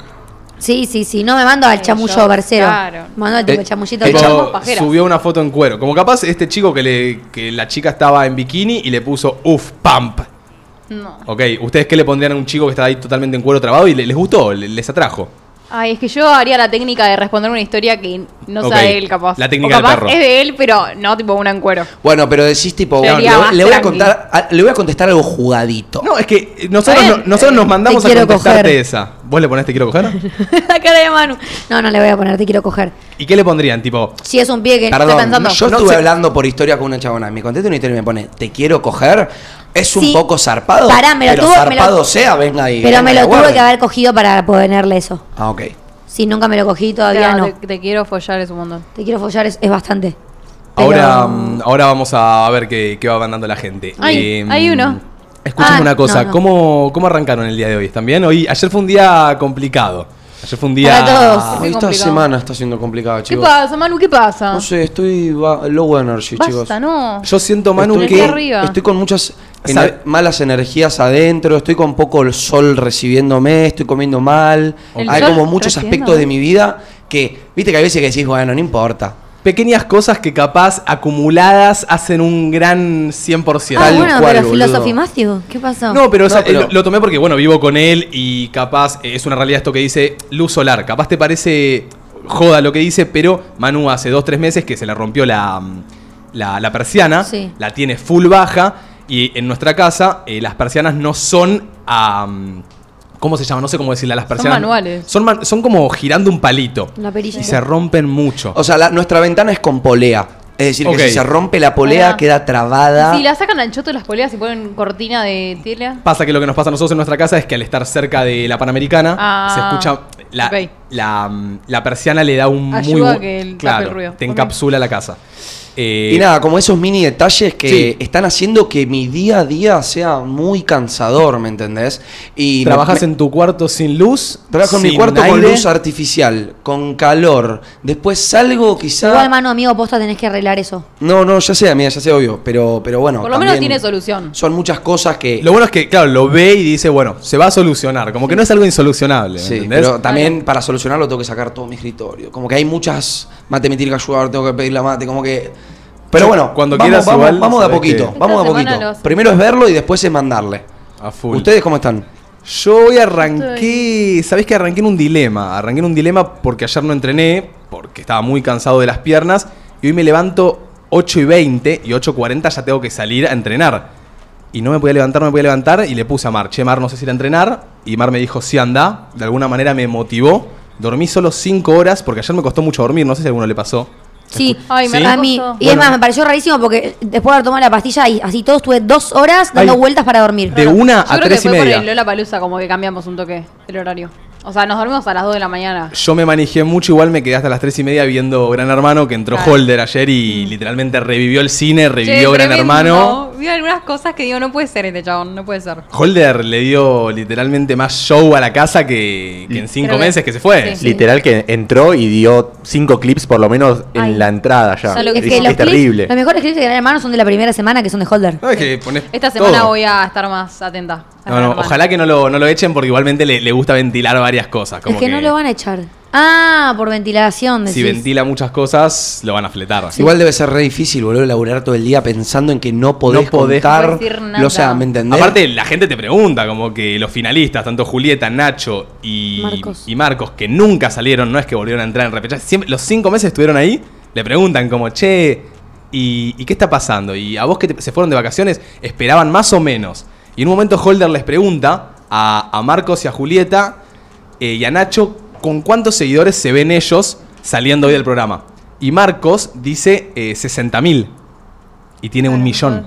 S4: sí, sí, sí. No me mando al
S3: Ay,
S4: chamullo
S3: yo-
S4: versero.
S3: claro.
S4: Mando al tipo
S2: Eh,
S4: chamullito.
S2: el
S4: de-
S2: chamo-
S1: Tipo,
S3: somos pajeras.
S1: subió una foto en cuero. Como capaz este chico que, le, que la chica estaba en bikini y le puso uff, pump.
S3: No.
S1: Ok, ¿ustedes qué le pondrían a un chico que está ahí totalmente en cuero trabado y le- les gustó? le- ¿Les atrajo?
S3: Ay, es que yo haría la técnica de responder una historia que no
S1: Ok,
S3: sea de él, capaz.
S1: la técnica
S3: o
S1: del
S3: capaz
S1: perro.
S3: es de él, pero no tipo una en cuero.
S2: Bueno, pero decís tipo,
S3: Sería
S2: le,
S3: más
S2: le voy a
S3: tranqui.
S2: contar, a- le voy a contestar algo jugadito.
S1: No, es que eh, nosotros,
S3: Está
S1: no-
S3: bien.
S1: nosotros nos mandamos
S4: Te
S1: a
S4: quiero
S1: contestarte
S4: coger.
S1: esa. ¿Vos le ponés te quiero coger?
S4: La cara de Manu. No, no le voy a poner, te quiero coger.
S1: ¿Y qué le pondrían? Tipo,
S4: Si es un pie que
S2: Perdón,
S4: está pensando.
S2: yo
S1: No
S2: estuve
S1: sé.
S2: hablando por historia con una chabona. Me contesta una historia y me pone, te quiero coger. Es un
S4: Sí.
S2: poco zarpado.
S4: Pará, me lo
S2: pero
S4: tuvo- me lo-
S2: zarpado sea, venga ahí.
S4: pero me lo tuve que
S2: ver
S4: haber cogido para ponerle eso.
S2: Ah, ok.
S4: Si nunca me lo cogí, todavía
S3: Claro,
S4: no.
S3: te, te quiero follar es un montón.
S4: Te quiero follar, es, es bastante. Pero-
S1: Ahora, mm, ahora vamos a ver qué, qué va mandando la gente. Eh,
S3: Ay, hay uno.
S1: Escuchame
S4: Ah,
S1: una cosa,
S4: no, no.
S1: ¿Cómo, ¿cómo arrancaron el día de hoy? ¿Están bien? Hoy, ayer fue un día complicado. Ayer fue un día.
S4: Para todos.
S2: Ah,
S3: Muy
S2: esta
S3: complicado.
S2: semana está siendo complicado,
S3: ¿Qué
S2: chicos.
S3: pasa, Manu? ¿Qué pasa?
S2: No sé, estoy ba- low energy, chicos.
S3: Basta, no.
S1: Yo siento, Manu,
S2: estoy,
S1: que.
S2: con-
S3: arriba.
S2: estoy con muchas ener-
S1: Sabe-
S2: malas energías adentro, estoy con poco el sol recibiéndome, estoy comiendo mal.
S3: ¿El
S2: Hay
S3: sol
S2: como muchos aspectos
S3: recibiéndome?
S2: de mi vida que, viste que hay veces que decís, bueno, no importa.
S1: Pequeñas cosas que capaz acumuladas hacen un gran 100%.
S4: Ah,
S2: Tal
S4: bueno,
S2: cual,
S4: pero Philosophy
S2: boludo.
S4: Matthew, ¿qué pasó?
S1: No, pero, o
S2: No,
S1: sea,
S2: pero-
S1: Lo, lo tomé porque, bueno, vivo con él y capaz eh, es una realidad esto que dice luz solar. Capaz te parece joda lo que dice, pero Manu hace dos, tres meses que se le rompió la, mm, la, la persiana,
S4: Sí.
S1: la tiene full baja y en nuestra casa eh, las persianas no son a... mm, ¿Cómo se llama? No sé cómo decirle a las persianas.
S3: manuales.
S1: Son, man- son como girando un palito.
S4: Una perilla.
S1: Y se rompen mucho.
S2: O sea, la- nuestra ventana es con polea. Es decir,
S1: Ok.
S2: que si se rompe la polea,
S3: Ahí va.
S2: queda trabada.
S3: Si la sacan al choto de las poleas y ponen cortina de tela.
S1: Pasa que lo que nos pasa a nosotros en nuestra casa es que al estar cerca de la Panamericana,
S3: Ah,
S1: se escucha. La,
S3: ok.
S1: la, mm, la persiana le da un
S3: Ayuda
S1: muy. bu-
S3: a que el- tape
S1: claro,
S3: el ruido.
S1: te
S3: Ok.
S1: encapsula la casa. Eh,
S2: Y nada, como esos mini detalles que
S1: Sí.
S2: están haciendo que mi día a día sea muy cansador, ¿me entendés? Y
S1: Trabajas
S2: me-
S1: en tu cuarto sin luz.
S2: Trabajo en mi
S1: sin
S2: cuarto con
S1: aire.
S2: luz artificial, con calor. Después salgo quizá...
S4: Igual, mano, amigo, posta tenés que arreglar eso.
S2: No, no, ya sé, amiga, ya sé, obvio. Pero, pero bueno.
S3: Por lo menos
S2: también
S3: tiene solución.
S2: Son muchas cosas que...
S1: Lo bueno es que, claro, lo ve y dice, bueno, se va a solucionar. Como que no es algo insolucionable. ¿me
S2: Sí,
S1: ¿entendés?
S2: pero también para solucionarlo tengo que sacar todo mi escritorio. Como que hay muchas mate me tiene que ayudar, tengo que pedir la mate, como que. Pero
S1: Yo,
S2: bueno,
S1: cuando
S2: vamos,
S1: quieras
S2: vamos,
S1: igual,
S2: vamos de a
S1: sabés
S2: poquito,
S1: que-
S2: vamos de a
S3: Esta semana
S2: poquito.
S3: lo hace.
S2: Primero es verlo y después es mandarle.
S1: A full.
S2: ¿Ustedes cómo están?
S1: Yo hoy arranqué, ¿sabés que arranqué en un dilema? Arranqué en un dilema porque ayer no entrené, porque estaba muy cansado de las piernas, y hoy me levanto 8 y 20 y 8 y 40 ya tengo que salir a entrenar. Y no me podía levantar, no me podía levantar, y le puse a Mar, che, Mar, no sé si ir a entrenar, y Mar me dijo, sí, anda, de alguna manera me motivó. Dormí solo 5 horas, porque ayer me costó mucho dormir, no sé si a alguno le pasó.
S4: Sí,
S3: Ay, me
S1: ¿Sí?
S4: a mí.
S3: recostó.
S4: Y es
S1: Bueno.
S4: más, me pareció rarísimo porque después de haber tomado la pastilla y así todo, estuve dos horas dando
S1: Ay.
S4: vueltas para dormir.
S1: De una
S3: Yo
S1: a
S3: creo que
S1: 3 y
S3: fue por
S1: media.
S3: el Lola Palusa como que cambiamos un toque el horario. O sea, nos dormimos a las 2 de la mañana.
S1: Yo me manejé mucho, igual me quedé hasta las tres y media viendo Gran Hermano, que entró
S3: Claro. Mm.
S1: Holder ayer y literalmente revivió el cine,
S3: Che,
S1: revivió Gran
S3: tremendo.
S1: Hermano.
S3: Vi algunas cosas que digo, no puede ser este chabón, no puede ser.
S1: Holder le dio literalmente más show a la casa que, que en cinco
S3: Creo que-
S1: meses que se fue.
S3: sí.
S5: Literal que entró y dio cinco clips por lo menos en
S4: Ay.
S5: la entrada ya.
S3: Ya lo que
S5: es,
S4: es
S3: sí,
S4: que los
S5: es terrible.
S4: clips- los mejores clips de Gran Hermano son de la primera semana que son de Holder.
S1: No, es que ponés
S3: Esta semana
S1: todo.
S3: voy a estar más atenta. a
S1: No,
S3: Gran
S1: no,
S3: Hermano.
S1: ojalá que no lo, no lo echen porque igualmente le, le gusta ventilar varias cosas. Como
S4: es que, no lo van a echar. Ah, por ventilación.
S1: Si
S4: decís.
S1: ventila muchas cosas, lo van a fletar.
S2: Igual debe ser re difícil, boludo, laburar todo el día pensando en que no podés,
S1: No podés.
S2: contar.
S3: No puedes decir nada.
S2: lo- O sea, ¿me entendés?
S1: Aparte, la gente te pregunta, como que los finalistas, tanto Julieta, Nacho y
S4: Marcos.
S1: y Marcos, que nunca salieron, no es que volvieron a entrar en repechaje, siempre, los cinco meses estuvieron ahí, le preguntan como, che, ¿y, y qué está pasando? ¿Y a vos que te- se fueron de vacaciones esperaban más o menos? Y en un momento Holder les pregunta a, a Marcos y a Julieta eh, y a Nacho con cuántos seguidores se ven ellos saliendo hoy del programa. Y Marcos dice eh, 60.000 y tiene un millón.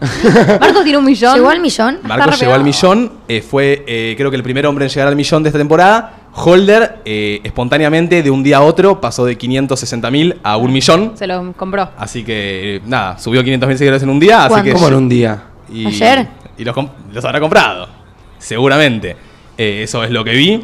S3: Marcos tiene un millón.
S4: ¿Llegó al millón?
S1: Marcos
S3: Está
S1: llegó al
S3: re
S1: millón, eh, fue eh, creo que el primer hombre en llegar al millón de esta temporada. Holder, eh, espontáneamente, de un día a otro, pasó de 560 mil a un millón.
S3: Se lo compró.
S1: Así que, eh, nada, subió 500 mil seguidores en un día. Así
S4: ¿Cuándo?
S1: que
S2: ¿Cómo en un día?
S1: Y,
S4: ¿Ayer?
S1: Y los, comp- los habrá comprado, seguramente. Eh, eso es lo que vi.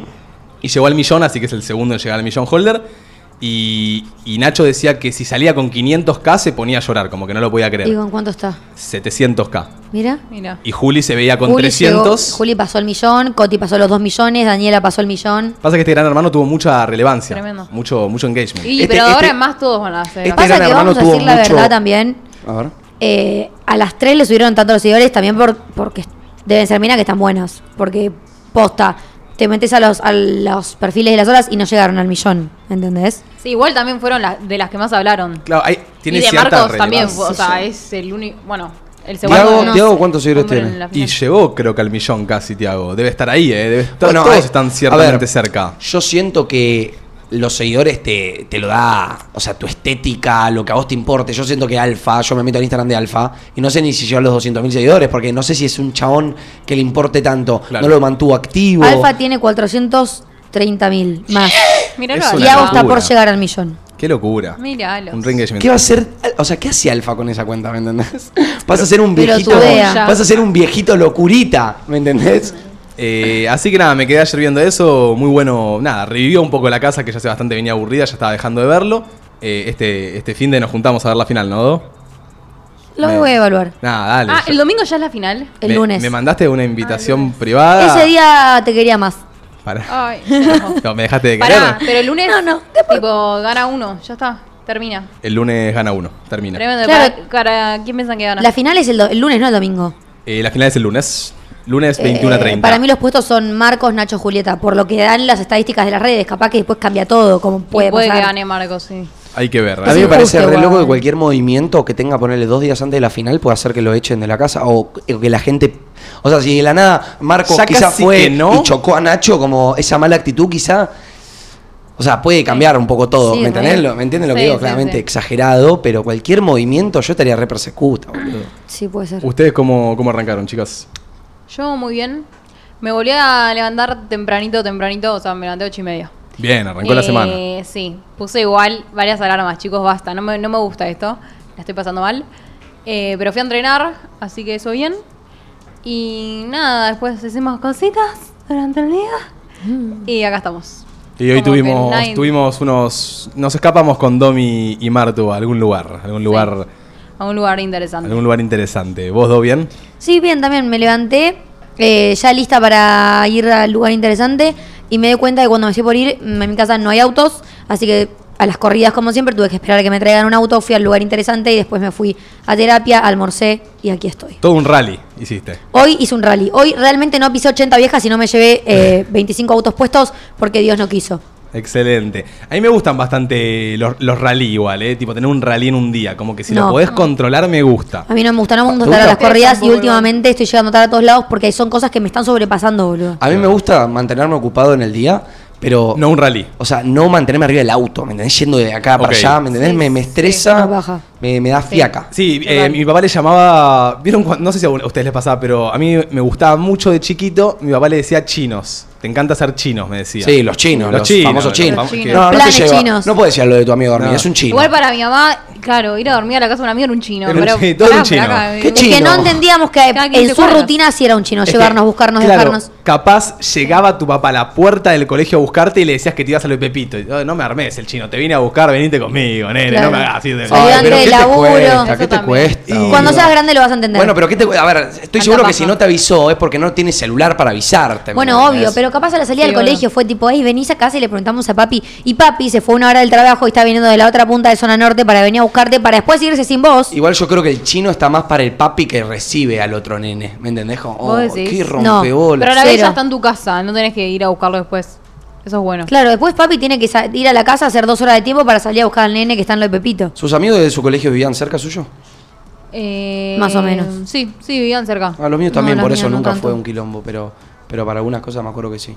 S1: Y llegó al millón, así que es el segundo en llegar al millón Holder. Y, y Nacho decía que si salía con 500k se ponía a llorar, como que no lo podía creer.
S4: Digo, ¿en cuánto está?
S1: 700k.
S4: Mira.
S3: Mira.
S1: Y Juli se veía con
S4: Juli
S1: 300.
S4: llegó- Juli pasó el millón, Coti pasó los dos millones, Daniela pasó el millón.
S1: Pasa que este gran hermano tuvo mucha relevancia.
S3: Tremendo.
S1: Mucho, mucho engagement.
S3: Y,
S2: Este-
S3: pero ahora
S2: este-
S3: en más todos van a hacer.
S2: este-
S4: Pasa
S2: Gran
S4: que
S2: Hermano
S4: vamos a
S2: tuvo
S4: decir la
S2: mucho-
S4: verdad también.
S2: A ver.
S4: eh, a las tres le subieron tanto los seguidores también por, porque deben ser minas que están buenas. Porque posta, te metes a los, a los perfiles de las horas y no llegaron al millón, ¿entendés?
S3: Sí, igual también fueron las de las que más hablaron.
S1: Claro, ahí tiene
S3: y de
S1: cierta
S3: Marcos también,
S1: relevancia.
S3: o
S4: Sí,
S3: sea,
S4: sí.
S3: es el único, bueno, el segundo.
S2: Tiago-
S3: no
S2: Tiago,
S3: sé,
S2: ¿cuántos seguidores
S3: hombre
S2: tiene?
S3: en la
S1: Y
S3: final.
S1: llegó, creo que al millón casi, Tiago. Debe estar ahí, ¿eh? Debe estar-
S2: Bueno,
S1: todos
S2: eh,
S1: están
S2: a
S1: ciertamente
S2: ver,
S1: cerca.
S2: Yo siento que los seguidores te, te lo da, o sea, tu estética, lo que a vos te importe. Yo siento que Alfa, yo me meto en Instagram de Alfa y no sé ni si llegó a los 200.000 seguidores, porque no sé si es un chabón que le importe tanto.
S1: Claro.
S2: No lo mantuvo activo.
S4: Alfa tiene 430 mil más.
S3: Míralo.
S1: Es
S3: a
S1: una
S4: Y Agos
S3: Tiago.
S4: está por
S1: locura.
S4: llegar al millón.
S1: Qué locura.
S3: Míralos.
S1: Un re-engagement.
S2: ¿Qué va a hacer? O sea, ¿qué hace Alfa con esa cuenta, me entendés? Vas a ser un
S4: Pero
S2: viejito.
S4: tu idea.
S2: Vas a ser un viejito locurita, ¿me entendés?
S1: Eh, así que nada, me quedé ayer viendo eso. Muy bueno. Nada, revivió un poco la casa que ya hace bastante venía aburrida, ya estaba dejando de verlo. Eh, este, este fin de nos juntamos a ver la final, ¿no, Do?
S4: Lo
S1: Me-
S4: voy a evaluar
S1: Nada, dale.
S3: Ah,
S1: Yo-
S3: el domingo ya es la final.
S4: el
S1: me-
S4: lunes.
S1: Me mandaste
S3: Ah,
S1: una invitación privada.
S4: Ese día te quería más.
S1: Pará.
S3: Ay, se enojó.
S1: No, me dejaste de querer.
S3: Ah. Pará, pero el lunes
S4: No, no,
S3: tipo gana uno, ya está, termina.
S1: El lunes gana uno. Termina.
S3: Tremendo,
S4: Claro.
S3: para, para- ¿quién piensan que gana?
S4: La final es el, do- el lunes, no el domingo.
S1: Eh, la final es el lunes. Lunes
S4: Eh,
S1: 21 a 30.
S4: para mí los puestos son Marcos, Nacho, Julieta, por lo que dan las estadísticas de las redes. Capaz que después cambia todo, como
S3: Y
S4: puede,
S3: puede que
S4: pasar.
S3: gane Marcos, sí.
S1: Hay que ver. ¿eh?
S2: A
S1: hay
S2: mí
S1: que
S2: me
S1: ver.
S4: injusto
S2: parece re
S4: igual.
S2: loco que cualquier movimiento que tenga ponerle dos días antes de la final puede hacer que lo echen de la casa o que la gente. O sea, si de la nada Marcos
S1: Ya
S2: quizá
S1: casi
S2: fue
S1: que no.
S2: y chocó a Nacho, como esa mala actitud quizá. O sea, puede cambiar un poco todo.
S4: Sí,
S2: ¿Me
S4: re.
S2: entendés? Lo- ¿Me entiendes lo que
S3: Sí,
S2: digo?
S3: sí,
S2: Claramente
S3: sí.
S2: exagerado, pero cualquier movimiento yo estaría re persecuta, boludo.
S4: Sí, puede ser.
S1: ¿Ustedes cómo, cómo arrancaron, chicas?
S3: Yo muy bien. Me volví a levantar tempranito, tempranito, o sea, me levanté ocho y media.
S1: Bien, arrancó la
S3: Eh,
S1: semana.
S3: Sí, puse igual varias alarmas, chicos, basta, no me, no me gusta esto, la estoy pasando mal. Eh, pero fui a entrenar, así que eso bien. Y nada, después hicimos cositas durante el día.
S1: Mm.
S3: Y acá estamos.
S1: Y hoy
S3: Como que
S1: tuvimos,
S3: nadie-
S1: tuvimos unos. Nos escapamos con Domi y Martu a algún lugar. Algún lugar.
S3: A un lugar interesante.
S1: Algún lugar interesante. ¿Vos, Do, bien?
S4: Sí, bien, también me levanté, eh, ya lista para ir al lugar interesante y me di cuenta que cuando me estoy por ir, mm, en mi casa no hay autos, así que a las corridas como siempre tuve que esperar a que me traigan un auto, fui al lugar interesante y después me fui a terapia, almorcé y aquí estoy.
S1: Todo un rally hiciste.
S4: Hoy hice un rally. Hoy realmente no pisé 80 viejas, sino me llevé eh, 25 autos puestos porque Dios no quiso.
S1: Excelente. A mí me gustan bastante los, los rally igual, ¿eh? Tipo, tener un rally en un día. Como que si lo
S4: No. Mm.
S1: podés controlar, me gusta.
S4: A mí no me gusta, no me gusta
S2: ¿Te
S4: estar a las
S2: gusta?
S4: corridas y
S3: Tampoco,
S4: últimamente estoy llegando tarde a todos lados porque son cosas que me están sobrepasando, boludo.
S2: A mí me gusta mantenerme ocupado en el día, pero.
S1: No un rally.
S2: O sea, no mantenerme arriba del auto, ¿me entendés? Yendo de acá para
S1: Ok.
S2: allá, ¿me entendés?
S3: Sí,
S2: me, me
S3: sí,
S2: estresa,
S4: nos baja.
S2: me, me da fiaca.
S1: Sí, eh, mi papá le llamaba. ¿Vieron? cuan- No sé si a ustedes les pasaba, pero a mí me gustaba mucho de chiquito. Mi papá le decía chinos. Te encanta ser chinos, me decía.
S2: Sí, los chinos,
S1: Los
S2: los,
S1: chinos,
S2: famosos
S1: los
S2: chinos.
S1: fam-
S3: que-
S2: No, no,
S4: Planes
S2: te lleva.
S4: chinos.
S2: No puedes decir lo de tu amigo dormido,
S1: No.
S2: es un chino.
S3: Igual para mi mamá, claro, ir a dormir a la casa de un amigo era un chino.
S1: Era un
S3: pero
S1: chi- todo
S3: pará,
S1: un chino.
S3: pará, acá,
S2: ¿Qué
S3: eh,
S4: Es que
S2: Chino.
S4: no entendíamos que
S3: Cada quince
S4: en su
S3: cuadras.
S4: rutina sí era un chino,
S1: Es que,
S4: llevarnos, buscarnos,
S1: claro,
S4: dejarnos.
S1: Capaz llegaba tu papá a la puerta del colegio a buscarte y le decías que te ibas a lo de Pepito. Y, "Oh, no me armes el chino, te vine a buscar, venite conmigo, nene,
S4: Claro.
S1: no me hagas así de-
S4: Soy Ayudante
S2: pero
S4: de
S2: ¿qué te
S4: laburo.
S2: cuesta? ¿Qué
S3: Eso
S2: te
S3: también.
S2: cuesta?
S1: Y-
S4: Cuando
S2: boludo?
S4: seas grande lo vas a entender.
S2: Bueno, pero ¿qué te cu- A ver, estoy
S3: Anda
S2: seguro que
S3: paja.
S2: si no te avisó es porque no tiene celular para avisarte. ¿me
S4: Bueno,
S2: entendés?
S4: obvio, pero capaz a la salida
S3: Sí,
S4: del
S3: obvio.
S4: colegio fue tipo, ay, venís a casa y le preguntamos a papi. Y papi se fue una hora del trabajo y está viniendo de la otra punta de zona norte para venir a buscarte para después irse sin vos.
S2: Igual yo creo que el chino está más para el papi que recibe al otro nene. ¿Me entendés? Como, Oh,
S3: ¿Vos decís?
S2: qué
S3: No,
S2: rompebolas.
S3: Pero a la vez
S4: Cero.
S3: ya está en tu casa, no tenés que ir a buscarlo después. Eso es bueno.
S4: Claro, después papi tiene que sa- ir a la casa a hacer dos horas de tiempo para salir a buscar al nene que está en lo de Pepito.
S2: ¿Sus amigos de su colegio vivían cerca suyo?
S3: Eh,
S4: Más o menos.
S3: Sí, sí, vivían cerca.
S2: A Ah, los míos
S4: No,
S2: también,
S4: los
S2: por
S4: míos
S2: eso
S4: no
S2: nunca
S4: tanto.
S2: fue un quilombo, pero, pero para algunas cosas me acuerdo que sí.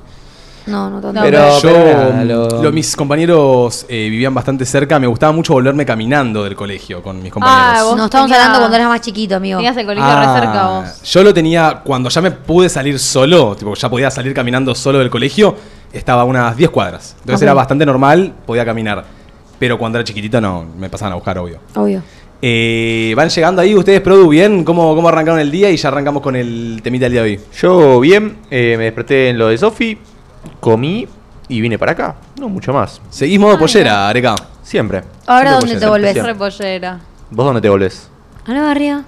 S4: No, no tanto.
S3: No, Pero-
S1: yo,
S2: nada, lo-
S1: lo- mis compañeros eh, vivían bastante cerca, me gustaba mucho volverme caminando del colegio con mis compañeros.
S3: ah, vos
S4: Nos estamos
S3: tenías-
S4: hablando cuando eras más chiquito, amigo.
S3: Tenías el colegio
S1: Ah,
S3: re cerca vos.
S1: Yo lo tenía cuando ya me pude salir solo, tipo ya podía salir caminando solo del colegio, estaba a unas 10 cuadras. Entonces
S4: Ajá.
S1: era bastante normal, podía caminar. Pero cuando era chiquitito no, me pasaban a buscar, obvio.
S4: Obvio.
S1: Eh, van llegando ahí ustedes, Produ, bien, ¿Cómo, cómo arrancaron el día y ya arrancamos con el temita del día de hoy.
S5: Yo bien, eh, me desperté en lo de Sofi, comí y vine para acá. No mucho más.
S1: Seguís modo pollera, Areca.
S5: Siempre.
S4: Ahora,
S1: Siempre
S4: ¿dónde
S1: voy a
S4: te
S1: ser
S4: volvés?
S3: Re pollera.
S5: ¿Vos dónde te volvés?
S4: A la barriga.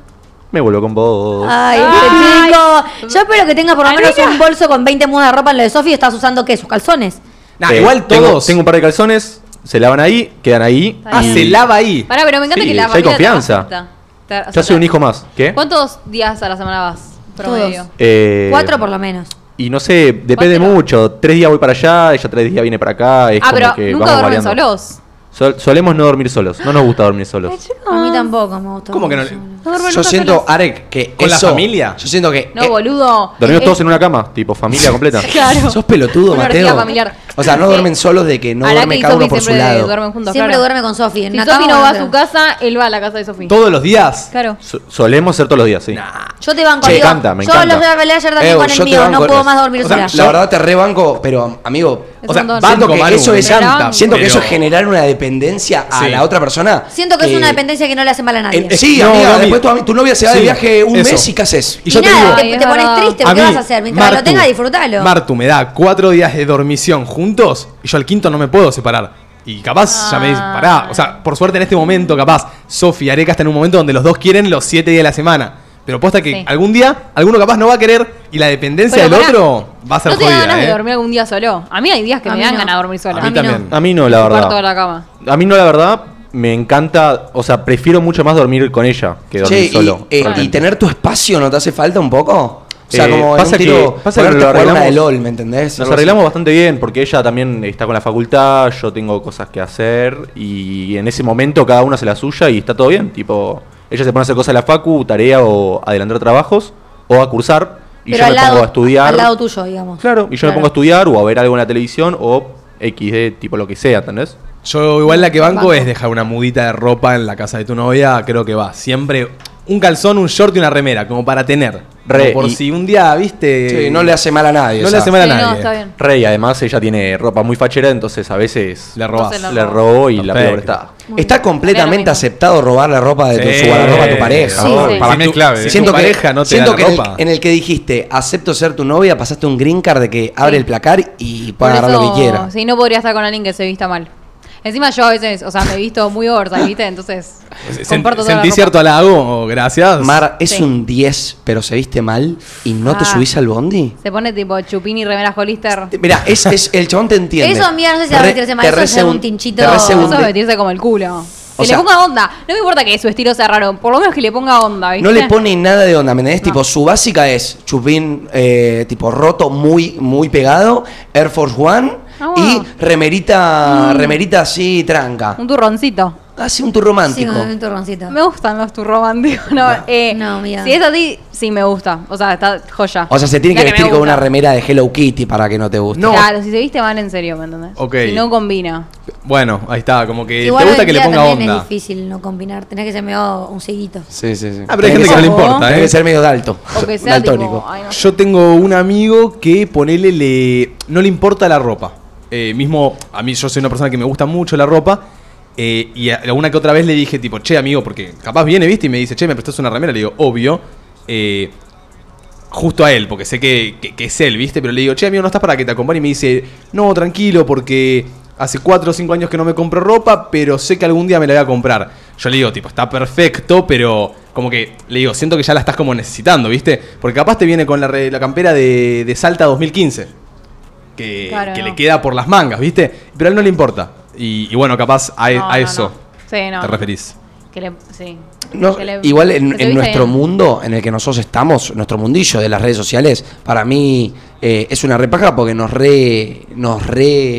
S5: Me vuelvo con vos.
S1: Ah.
S4: Ay,
S3: Ay.
S4: chico. Yo espero que tengas por lo menos un bolso con 20 mudas de ropa en lo de Sofi y estás usando, ¿qué? ¿Sus calzones?
S1: Nah,
S5: Eh,
S1: igual
S5: tengo-
S1: todos.
S5: Tengo, un par de calzones, se lavan ahí, quedan ahí.
S3: Está
S1: ah,
S3: bien.
S1: se lava ahí.
S3: Pará, pero me encanta
S5: Sí,
S3: que la
S5: ya hay
S3: familia
S5: confianza.
S3: te acepta. Te- o sea,
S5: Ya soy
S3: te-
S5: un hijo más. ¿eh? ¿Qué?
S3: ¿Cuántos días a la semana vas? Promedio.
S5: Eh,
S4: Cuatro por lo menos.
S5: Y no sé, depende
S3: Cuatro.
S5: mucho. Tres días voy para allá, ella tres días viene para acá. Es
S3: Ah,
S5: como
S3: pero
S5: que
S3: nunca
S5: vamos
S3: duermen
S5: variando.
S3: solos.
S5: Sol- solemos no dormir solos. No nos gusta dormir solos.
S4: A mí tampoco me gusta.
S1: ¿Cómo que no?
S4: mucho.
S3: No duermen
S2: Yo
S3: nunca
S2: siento,
S3: solos.
S2: Arek, que
S1: ¿Con la
S2: eso-
S1: familia?
S2: Yo siento que...
S3: No,
S2: eh,
S3: boludo.
S5: Dormimos
S3: Eh,
S5: todos en una cama, tipo familia completa.
S3: Claro.
S2: Sos pelotudo,
S3: Una
S2: Mateo.
S3: orgía familiar.
S2: O sea, no
S3: Sí.
S4: Eh,
S2: duermen solos de que no
S3: Araque
S2: duerme
S3: y
S2: cada uno
S3: Sofi
S2: por su
S3: siempre
S2: lado.
S3: duermen juntos,
S4: Siempre
S3: claro.
S4: duerme con Sofi. en
S3: Si
S4: una
S3: Sofi
S4: cama
S3: no
S4: o
S3: va a
S4: en
S3: su
S4: otra.
S3: casa, él va a la casa de Sofi.
S1: Todos los días.
S3: Claro.
S5: So- solemos ser todos los días, sí.
S4: Yo te banco,
S5: Che,
S4: amigo.
S5: me encanta, me
S4: yo
S5: encanta.
S4: los voy a pelear ayer también
S2: Evo,
S4: con el
S2: Eh, yo te
S4: mío. No
S2: banco
S4: puedo
S2: eso.
S4: más dormir
S1: O sea,
S4: sola.
S2: La verdad te rebanco, pero amigo,
S3: Es
S1: O sea,
S3: un don.
S1: banco,
S2: siento que
S1: Manu,
S2: eso es
S3: Me banco.
S2: siento que eso es
S1: Pero-
S2: generar una dependencia a
S1: Sí.
S2: la otra persona.
S4: Siento que es una dependencia que no le hace mal a nadie.
S2: Eh, sí,
S1: No,
S2: amiga,
S1: Domi.
S2: después tu, ami- tu novia se va de
S1: Sí,
S2: viaje un
S1: eso.
S2: mes y ¿qué haces?
S1: Y
S4: y
S1: yo te digo-
S4: nada,
S3: Ay,
S4: te,
S3: es
S4: te pones
S3: verdad.
S4: triste.
S1: A
S4: ¿Qué
S1: mí,
S4: vas a hacer? Mientras lo
S1: Martu,
S4: tengas, disfrútalo.
S1: Martu me da cuatro días de dormición juntos y yo al quinto no me puedo separar. Y capaz ya me dice, pará. O sea, por suerte en este momento, capaz, Sofi y Areca están en un momento donde los dos quieren los siete días de la semana. Pero posta que
S3: Sí.
S1: algún día, alguno capaz no va a querer y la dependencia
S3: Pero
S1: del
S3: pará,
S1: otro va a ser
S3: ¿No te da
S1: jodida.
S3: ganas
S1: ¿eh?
S3: de dormir algún día solo? A mí hay días que
S4: A
S3: me
S4: mí
S3: dan
S4: no.
S3: ganas de dormir sola.
S1: A mí
S4: mí
S1: también.
S5: A mí no, la
S3: Cuarto de
S5: verdad.
S3: la cama.
S5: A mí no, la verdad, me encanta. O sea, prefiero mucho más dormir con ella que dormir
S2: Che, y,
S5: solo.
S2: eh, y
S5: realmente.
S2: tener tu espacio no te hace falta un poco? O sea,
S5: Eh,
S2: como en
S5: pasa
S2: un tiro,
S5: que- pasa que
S2: ponerte
S5: lo
S2: a jugar una de
S5: arreglamos-
S2: LOL, ¿me entendés?
S5: Nos
S2: Algo así.
S5: arreglamos bastante bien porque ella también está con la facultad, yo tengo cosas que hacer y en ese momento cada uno hace la suya y está todo bien. Tipo, ella se pone a hacer cosas de la facu, tarea o adelantar trabajos o a cursar y
S4: Pero
S5: yo
S4: al
S5: me
S4: lado,
S5: pongo a estudiar.
S4: al lado tuyo, digamos.
S5: Claro, y yo me pongo a estudiar o a ver algo en la televisión o X de tipo lo que sea, ¿entendés?
S1: Yo igual la que banco,
S4: Banco.
S1: es dejar una mudita de ropa en la casa de tu novia, creo que va. Siempre un calzón, un short y una remera, como para tener.
S5: Re,
S1: Como por
S5: y-
S1: si un día, viste...
S2: Sí, no le hace mal a nadie.
S1: eh, no le
S2: o sea,
S1: hace mal a
S3: Sí, no,
S1: nadie.
S3: está bien.
S5: Rey, además ella tiene ropa muy fachera, entonces a veces
S1: Le robás.
S3: Entonces la-
S5: le robó y la
S1: Perfecto.
S5: peor está.
S2: Está
S3: Era lo
S2: completamente
S3: mismo.
S2: aceptado robar la ropa de tu,
S1: Sí.
S2: su guardarropa a tu pareja.
S3: Sí,
S2: boludo.
S3: sí.
S6: Para
S1: Si
S6: mí es
S1: tu-
S6: clave.
S1: si
S6: ¿eh?
S1: tu
S2: Siento que,
S1: pareja no te
S2: siento
S1: da
S2: que
S1: la
S2: en, el,
S1: ropa.
S2: en el que dijiste acepto ser tu novia, pasaste un green card de que abre
S3: Sí.
S2: el placar y puede
S3: Por
S2: agarrar lo
S3: eso,
S2: que quiera.
S3: Sí, no podría estar con alguien que se vista mal. Encima yo a veces, o sea, me he visto muy oversize, ¿viste? Entonces,
S1: Sen-
S3: comparto toda la
S1: ¿Sentí
S3: ropa.
S1: cierto halago? o Gracias.
S2: Mar, es
S3: Sí.
S2: un 10, pero se viste mal y no te
S3: Ah.
S2: subís al bondi.
S3: Se pone tipo chupín y remera Hollister.
S2: Mirá, es, es- el chabón te entiende.
S4: Eso, amiga, no sé si va a
S2: Re-
S4: vestirse mal,
S2: te
S4: eso es
S2: rese
S4: ser un
S2: te
S4: tinchito.
S2: rese
S3: Eso
S2: un-
S3: es vestirse como el culo.
S2: O
S3: Que
S2: sea-
S3: le ponga onda. No me importa que su estilo sea raro. Por lo menos que le ponga onda, ¿viste?
S2: No le pone nada de onda, ¿me entendés? Tipo, su básica es chupín, eh, tipo roto, muy, muy pegado, Air Force One
S3: Ah,
S2: y
S3: bueno.
S2: remerita, remerita así tranca.
S3: Un turroncito.
S2: Así un tour
S4: Sí,
S2: romántico.
S4: con un turroncito.
S3: Me gustan los turrománticos. No, eh,
S4: No, mira.
S3: Si es así, sí me gusta. O sea, está joya.
S2: O sea, se tiene
S3: Mira
S2: que
S3: me
S2: vestir con
S3: gusta.
S2: una remera de Hello Kitty para que no te guste.
S1: No.
S3: Claro, si se viste mal en serio, ¿me entendés?
S1: Ok.
S3: Si no combina.
S1: Bueno, ahí está, como que
S4: Igual
S1: te
S4: hoy
S1: gusta
S4: en
S1: que le
S4: día
S1: ponga
S4: también
S1: onda.
S4: es difícil no combinar. Tenés que ser medio un seguito.
S2: Sí, sí, sí.
S1: Ah, pero hay gente que no le importa,
S2: Tiene
S1: ¿eh?
S2: que ser medio dalto.
S3: O que sea
S2: daltónico.
S3: tipo. ay, no sé.
S1: Yo tengo un amigo que ponele le. no le importa la ropa. Eh, mismo, a mí yo soy una persona que me gusta mucho la ropa. eh, y a- alguna que otra vez le dije, tipo, che, amigo, porque capaz viene, viste, y me dice, che, me prestás una remera. Le digo, obvio. eh, justo a él, porque sé que, que- que es él, viste, pero le digo, che, amigo, no estás para que te acompañe. Y me dice, no, tranquilo, porque hace 4 o 5 años que no me compro ropa, pero sé que algún día me la voy a comprar. Yo le digo, tipo, está perfecto, pero como que le digo, siento que ya la estás como necesitando, viste, porque capaz te viene con la, re- la campera de, de Salta 2015 que,
S3: Claro,
S1: que
S3: no.
S1: le queda por las mangas, ¿viste? Pero a él no le importa. Y, y bueno, capaz a, e,
S3: No,
S1: a
S3: no,
S1: eso
S3: no. Sí, no.
S1: te referís.
S3: Que le, sí.
S2: No,
S3: Que le-
S2: igual en,
S3: que se
S2: en
S3: viste
S2: nuestro
S3: bien.
S2: mundo en el que nosotros estamos, nuestro mundillo de las redes sociales, para mí eh, es una repaja porque nos re, nos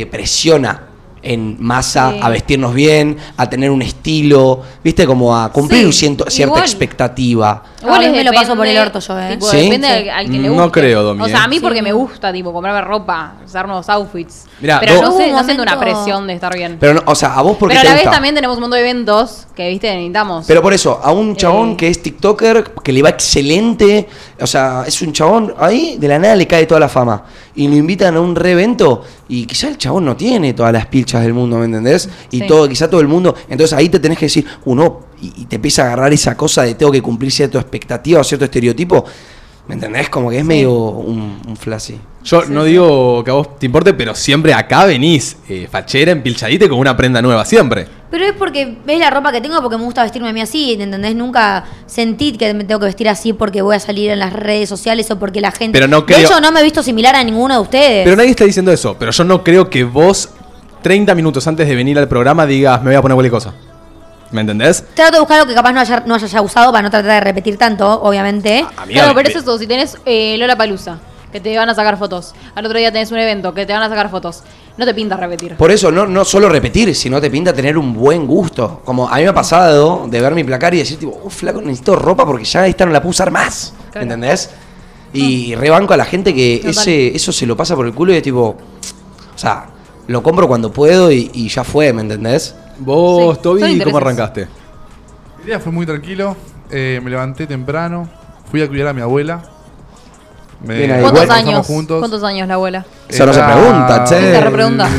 S2: represiona en masa
S3: Sí.
S2: a vestirnos bien, a tener un estilo, viste, como a cumplir
S3: Sí,
S2: un ciento- cierta
S3: igual.
S2: expectativa.
S4: Igual
S3: es
S4: me lo paso por el orto yo, ¿eh?
S3: tipo,
S2: ¿Sí?
S3: Depende
S2: Sí.
S3: al, al que le
S1: No
S3: guste.
S1: creo, Domi,
S3: O sea, a mí
S4: ¿eh?
S3: porque
S4: Sí.
S3: me gusta, tipo, comprarme ropa, usar nuevos outfits.
S1: Mirá,
S3: pero
S1: vos-
S3: no,
S4: Hubo
S3: sé,
S4: un
S3: no siento una
S4: momento-
S3: presión de estar bien.
S2: Pero, no, o sea, a vos porque
S3: Pero a
S2: te
S3: la vez
S2: gusta.
S3: también tenemos un montón de eventos que, viste, necesitamos.
S2: Pero por eso, a un chabón
S3: Eh.
S2: que es TikToker, que le va excelente, o sea, es un chabón, ahí de la nada le cae toda la fama. Y lo invitan a un revento y quizá el chabón no tiene todas las pilchas del mundo, ¿me entendés? Y
S3: Sí.
S2: todo, quizá todo el mundo. Entonces ahí te tenés que decir, uno, y, y te empieza a agarrar esa cosa de tengo que cumplir cierta expectativa o cierto estereotipo. ¿Me entendés? Como que es medio un, un flashy.
S1: Yo no digo que a vos te importe, pero siempre acá venís eh, fachera, empilchadita y con una prenda nueva, siempre.
S4: Pero es porque ves la ropa que tengo porque me gusta vestirme a mí así, ¿te ¿entendés? Nunca sentí que me tengo que vestir así porque voy a salir en las redes sociales o porque la gente...
S1: Pero no
S4: De
S1: creo-
S4: hecho, no me he visto similar a ninguno de ustedes.
S1: Pero nadie está diciendo eso. Pero yo no creo que vos, 30 minutos antes de venir al programa, digas, me voy a poner cualquier cosa. ¿Me entendés?
S4: Trato de buscar algo que capaz no haya, no haya ya usado para no tratar de repetir tanto, obviamente.
S1: Amiga,
S3: claro, pero
S1: ve-
S3: eso es todo. Si tenés eh, Lola Palusa, que te van a sacar fotos. Al otro día tenés un evento, que te van a sacar fotos. No te pinta repetir.
S2: Por eso, no, no solo repetir, sino te pinta tener un buen gusto. Como a mí me ha pasado de ver mi placar y decir, tipo, uff, flaco, necesito ropa porque ya esta no la puedo usar más.
S3: Claro. Mm.
S2: ¿Entendés? Y rebanco a la gente que
S3: Total.
S2: ese, eso se lo pasa por el culo y es tipo, o sea, lo compro cuando puedo y, y ya fue, ¿me entendés?
S1: Vos,
S3: Sí, son
S1: Toby, ¿cómo
S3: intereses.
S1: arrancaste?
S6: El día fue muy tranquilo. eh, me levanté temprano. Fui a cuidar a mi abuela. Me-
S2: Bien ahí.
S3: ¿Cuántos
S2: igual
S6: pasamos
S3: años?
S6: Juntos.
S3: ¿Cuántos años la abuela?
S2: Eso no se
S6: Era-
S2: pregunta, che.
S3: Sí, se repregunta.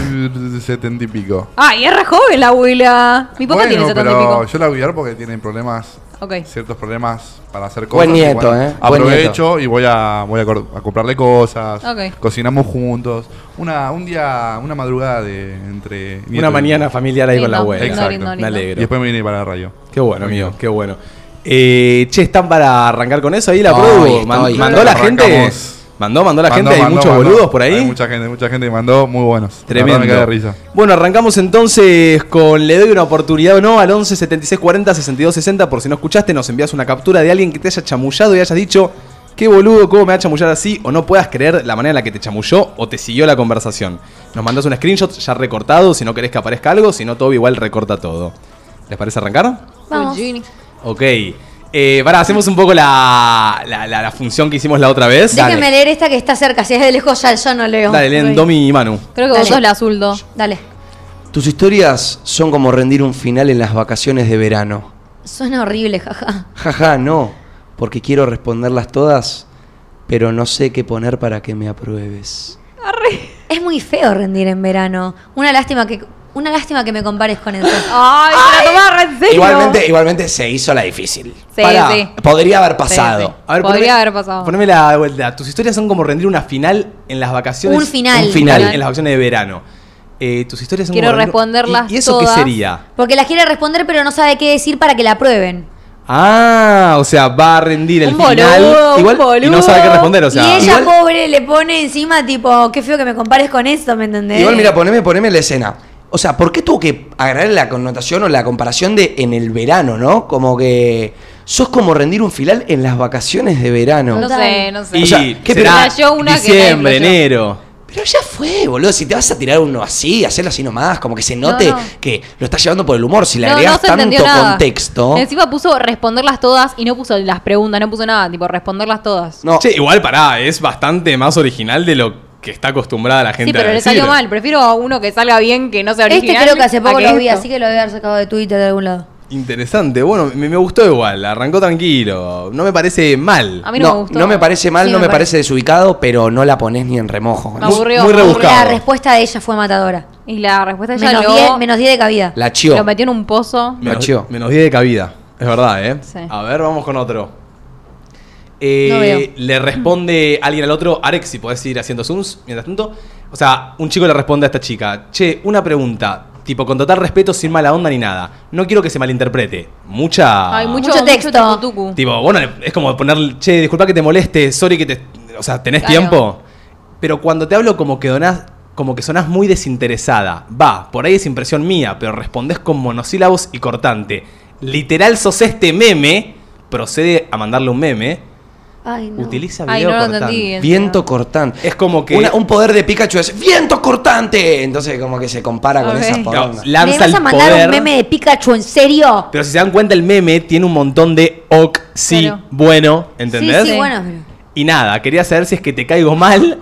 S6: Setenta y pico.
S3: Ah, y es re joven la abuela. Mi papá
S6: bueno,
S3: tiene 70
S6: pero
S3: y pico.
S6: yo la voy a cuidar porque tienen problemas,
S3: Ok.
S6: ciertos problemas para hacer cosas.
S2: Buen
S6: y
S2: nieto,
S6: bueno,
S2: eh, buen
S6: Aprovecho y voy a voy a, cor- a comprarle cosas.
S3: Ok.
S6: Cocinamos juntos. Una un día, una madrugada de entre nieto
S1: Una
S6: y-
S1: mañana familiar ahí con la
S3: Lindo,
S1: abuela.
S6: lindo,
S1: Exacto.
S6: lindo,
S1: Me
S3: lindo.
S6: Y
S1: alegro.
S6: después me vine para la radio.
S1: Qué bueno, amigo, qué bueno. Eh, che, ¿están para arrancar con eso ahí la
S2: Ay,
S1: produ?
S2: estoy.
S1: Man- mandó la
S6: Arrancamos.
S1: gente. Mandó, mandó la
S6: Mandó,
S1: gente, hay
S6: mandó,
S1: muchos
S6: mandó.
S1: boludos por ahí.
S6: Hay mucha gente, mucha gente que mandó, muy buenos. La verdad
S1: Tremendo.
S6: Me cae de risa.
S1: Bueno, arrancamos entonces con le doy una oportunidad o no al 11 76 40 62 60 por si no escuchaste, nos envías una captura de alguien que te haya chamullado y hayas dicho qué boludo, cómo me va a chamullar así, o no puedas creer la manera en la que te chamulló o te siguió la conversación. Nos mandás un screenshot ya recortado, si no querés que aparezca algo, si no, Toby igual recorta todo. ¿Les parece arrancar?
S4: Vamos.
S3: Eugenie.
S1: Ok. Eh, pará, hacemos un poco la, la, la- la función que hicimos la otra vez.
S2: Dale.
S4: Déjenme leer esta que está cerca, si es de lejos ya yo no leo.
S1: Dale, leen
S3: Ok.
S1: Domi y Manu.
S3: Creo que
S4: Dale.
S3: vos sos la azul, Do.
S4: Dale.
S2: Tus historias son como rendir un final en las vacaciones de verano.
S4: Suena horrible, jaja.
S2: Jaja, no, porque quiero responderlas todas, pero no sé qué poner para que me apruebes.
S4: Es muy feo rendir en verano. Una lástima que una lástima que me compares con eso.
S3: Ay, te la tomás re en serio.
S2: Igualmente, igualmente se hizo la difícil.
S3: Sí,
S2: Pará,
S3: sí.
S2: Podría haber pasado.
S3: Sí, sí. Podría haber pasado.
S1: Poneme la vuelta. Tus historias son como rendir una final en las vacaciones.
S4: Un final.
S2: Un final.
S1: En las vacaciones de verano. Eh, tus historias son
S3: Quiero
S1: como rendir-
S3: responderlas
S1: ¿Y, y eso
S3: todas.
S1: qué sería?
S4: Porque las quiere responder, pero no sabe qué decir para que la aprueben.
S1: Ah, o sea, va a rendir el
S3: Un boludo,
S1: final.
S3: un
S1: igual, y no
S3: boludo.
S1: sabe qué responder, o sea.
S4: y ella,
S1: igual-
S4: pobre, le pone encima, tipo, qué feo que me compares con eso, ¿me entendés?
S2: Igual, mira, poneme, poneme la escena. O sea, ¿por qué tuvo que agarrar la connotación o la comparación de en el verano, no? Como que sos como rendir un final en las vacaciones de verano.
S3: No sé, no sé.
S1: y
S2: O sea, ¿qué
S1: será
S3: playó una que nadie
S1: diciembre,
S3: playó?
S1: enero.
S2: Pero ya fue, boludo. Si te vas a tirar uno así, hacerlo así nomás, como que se note
S3: No, no.
S2: que lo estás llevando por el humor. Si le
S3: No,
S2: agregas
S3: no se entendió
S2: tanto
S3: nada.
S2: contexto.
S3: Encima puso responderlas todas y no puso las preguntas, no puso nada, tipo responderlas todas.
S2: No,
S1: Che, igual pará, es bastante más original de lo que está acostumbrada la gente
S3: Sí, pero
S1: a
S3: le
S1: decir.
S3: salió mal. Prefiero a uno que salga bien que no sea
S4: Este
S3: original.
S4: creo que hace poco
S3: a
S4: lo vi,
S3: esto.
S4: así que lo voy a haber sacado de Twitter de algún lado.
S1: Interesante, bueno, me, me gustó igual, arrancó tranquilo, no me parece mal.
S4: Ah.
S3: A mí no me gustó.
S2: me parece mal,
S4: Sí,
S2: no
S4: me
S2: me parece. desubicado, pero no la pones ni en remojo.
S3: Me aburrió.
S1: Muy
S3: me aburrió.
S1: rebuscado.
S4: La respuesta de ella fue matadora.
S3: Y la respuesta ya
S4: Menos
S3: lo,
S4: 10, menos 10 de cabida.
S2: La
S3: lo
S2: chió.
S3: metió en un pozo.
S1: Menos,
S2: Macho.
S1: menos 10 de cabida. Es verdad, ¿eh?
S3: Sí.
S1: A ver, vamos con otro.
S4: No veo.
S1: Eh, le responde alguien al otro, Arex, si podés ir haciendo zooms mientras tanto. O sea, un chico le responde a esta chica, che, una pregunta, tipo con total respeto, sin mala onda ni nada. No quiero que se malinterprete. Mucha...
S3: Hay mucho,
S4: Mucho
S3: texto.
S4: texto.
S1: Tipo, bueno, es como poner, che, disculpa que te moleste, sorry que te... O sea, ¿tenés
S3: Claro.
S1: tiempo? Pero cuando te hablo como que donás, como que sonás muy desinteresada. Va, por ahí es impresión mía, pero respondés con monosílabos y cortante. Literal sos este meme, procede a mandarle un meme,
S4: Ay, no.
S1: utiliza
S3: Ay,
S1: video
S3: no lo
S1: cortante.
S3: entendí. en
S2: Viento
S3: serio.
S2: cortante.
S1: Es como que
S2: Una- un poder de Pikachu es viento cortante. Entonces, como que se compara con
S3: Ok.
S2: esas
S3: No,
S1: no,
S2: porongas.
S4: ¿Me
S1: lanza
S4: vas
S1: el
S4: a mandar
S1: poder.
S4: un meme de Pikachu en serio?
S1: Pero si se dan cuenta, el meme tiene un montón de ok, sí,
S3: Claro.
S1: bueno, ¿entendés?
S4: Sí, sí, bueno. pero-
S1: Y nada, quería saber si es que te caigo mal.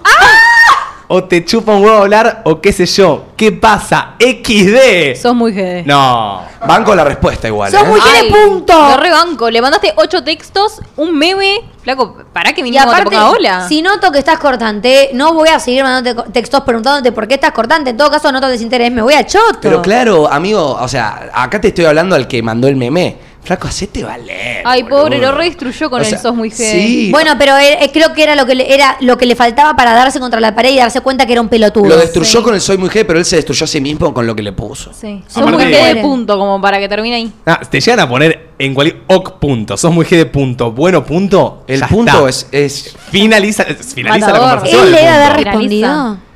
S1: O te chupa un huevo hablar, o qué sé yo. ¿Qué pasa? XD.
S3: Sos muy GD.
S1: No.
S2: Banco la respuesta igual.
S4: Sos
S2: ¿eh?
S4: muy- tiene punto.
S3: Lo rebanco. Le mandaste ocho textos, un meme. Flaco, pará que
S4: Y
S3: vinimos a
S4: aparte,
S3: poca ola.
S4: si noto que estás cortante, no voy a seguir mandándote co- textos preguntándote por qué estás cortante. En todo caso, no te desinterés, me voy a choto.
S2: Pero claro, amigo, o sea, acá te estoy hablando al que mandó el meme. Flaco, hacete valer.
S3: Ay, pobre,
S2: boludo.
S3: lo redestruyó con
S2: O
S3: el
S2: sea,
S3: sos muy GD.
S2: Sí.
S4: Bueno, pero er- eh, creo que era lo que le, era lo que le faltaba para darse contra la pared y darse cuenta que era un pelotudo.
S2: Lo destruyó
S3: sí.
S2: con el soy muy G, pero él se destruyó a sí mismo con lo que le puso.
S3: Sí.
S4: Sos
S3: Sos muy
S1: muy
S3: GD,
S4: coherente.
S3: punto, como para que termine ahí.
S1: Ah, te llegan a poner en cualquier ok punto. Sos muy G de punto. Bueno punto.
S2: El
S1: ya
S2: punto
S1: está.
S2: es, es
S1: Finaliza, finaliza la
S3: Matador.
S1: conversación.
S4: Él
S1: el
S4: le debe
S1: punto.
S4: haber
S3: Finaliza.
S4: respondido.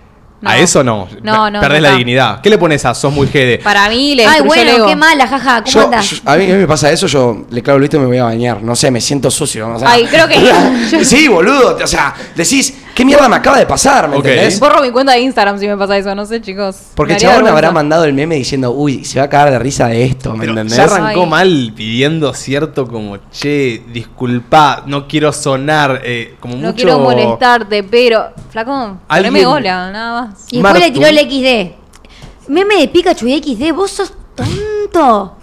S1: A eso no.
S3: No,
S1: Pe-
S3: no.
S1: Perdés la
S3: nunca.
S1: dignidad. ¿Qué le pones a sos muy G de?
S3: Para mí le
S4: Ay,
S3: destruyó el
S4: bueno,
S3: ego.
S4: qué mala, jaja, ¿cómo
S2: Yo-
S4: andás?
S2: yo- a, mí, a mí me pasa eso, yo le clavo el visto y me voy a bañar. No sé, me siento sucio. o sea.
S3: Ay, creo que- yo-
S2: sí, boludo. O sea, decís, ¿qué mierda me acaba de pasar? ¿Me
S1: Ok.
S2: entendés?
S3: Borro mi cuenta de Instagram si me pasa eso, no sé, chicos.
S2: Porque
S3: Me
S2: el
S3: haría
S2: chabón
S3: vergüenza.
S2: habrá mandado el meme diciendo, uy, se va a cagar de risa de esto, ¿me
S1: Pero
S2: entendés?
S1: ya arrancó
S3: Ay.
S1: mal pidiendo cierto como, che, disculpa, no quiero sonar, eh, como
S3: No
S1: mucho...
S3: quiero molestarte, pero. Flaco, poneme
S1: Alguien-
S3: ola, nada más.
S4: Y después le
S1: Martu.
S4: tiró el XD. Meme de Pikachu y XD, vos sos tonto.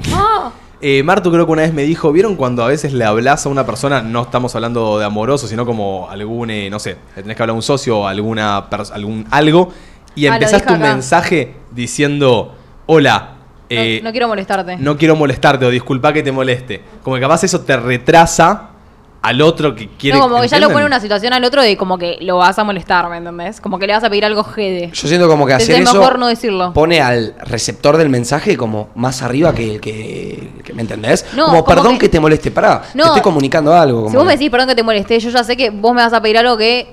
S1: Eh, Martu creo que una vez me dijo, ¿vieron cuando a veces le hablas a una persona, no estamos hablando de amoroso, sino como algún, eh, no sé, le tenés que hablar a un socio o alguna pers- algún algo, y
S3: Ah, lo
S1: empezás
S3: dije
S1: tu
S3: acá.
S1: mensaje diciendo, hola,
S3: No,
S1: eh,
S3: no quiero molestarte.
S1: no quiero molestarte o disculpa que te moleste. Como que capaz eso te retrasa al otro que quiere...
S3: No, como que ya lo
S1: ¿entienden?
S3: pone una situación al otro de como que lo vas a molestar, ¿me entendés? Como que le vas a pedir algo jede.
S2: Yo siento como que
S3: Entonces
S2: hacer
S3: es
S2: eso
S3: mejor no decirlo.
S2: pone al receptor del mensaje como más arriba que el que, que- ¿me entendés?
S3: No,
S2: como,
S3: como
S2: perdón que...
S3: que-
S2: te moleste, pará,
S3: No.
S2: te estoy comunicando algo.
S3: Si
S2: como
S3: vos me
S2: que-
S3: decís perdón que te molesté, yo ya sé que vos me vas a pedir algo que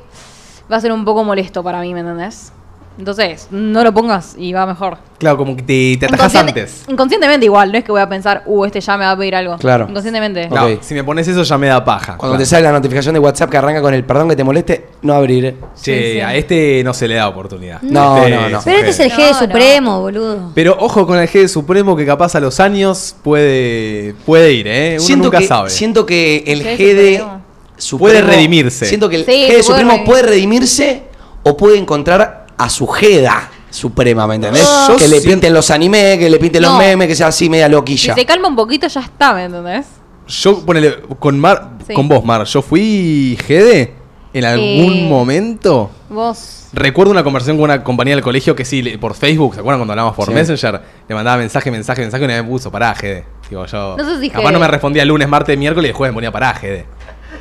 S3: va a ser un poco molesto para mí, ¿me entendés? Entonces, no lo pongas y va mejor.
S1: Claro, como que te, te atajás
S3: Inconsciente-
S1: antes.
S3: Inconscientemente igual, no es que voy a pensar, uh, este ya me va a pedir algo.
S2: Claro.
S3: Inconscientemente.
S1: No,
S2: Ok.
S1: si me pones eso ya me da paja.
S2: Cuando
S1: Claro.
S2: te sale la notificación de WhatsApp que arranca con el perdón que te moleste, no abrir. eh.
S1: Che,
S3: Sí, sí.
S1: a este no se le da oportunidad.
S2: No,
S1: Este
S2: no, no.
S4: Pero este es el
S3: No,
S4: G
S3: no.
S4: supremo, boludo.
S1: Pero ojo con el G de Supremo que capaz a los años puede, puede ir, ¿eh? Uno nunca
S2: que,
S1: sabe.
S2: Siento que el
S3: Sí,
S2: G de
S3: Supremo.
S2: Supremo-
S1: Puede redimirse.
S2: Siento que el
S3: Sí,
S2: G de
S3: puede
S2: Supremo
S3: redimir-
S2: puede redimirse o puede encontrar a su Jeda Suprema, ¿me entendés?
S1: Yo
S2: que le
S1: sí.
S2: pinten los animes, que le pinten los
S3: No.
S2: memes, que sea así media
S3: Si
S2: loquilla.
S3: se calma un poquito, ya está, ¿me entendés?
S1: Yo, ponele, con Mar,
S3: Sí.
S1: con vos, Mar, yo fui GD en algún
S3: Eh.
S1: momento.
S3: Vos.
S1: Recuerdo una conversación con una compañía del colegio que sí, le- por Facebook, ¿se acuerdan cuando hablábamos por
S2: Sí.
S1: Messenger? Le mandaba mensaje, mensaje, mensaje y una vez me puso pará, GD. Digo, yo.
S3: No sé si
S1: capaz
S3: GD.
S1: no me respondía lunes, martes, miércoles y el jueves me ponía pará, GD.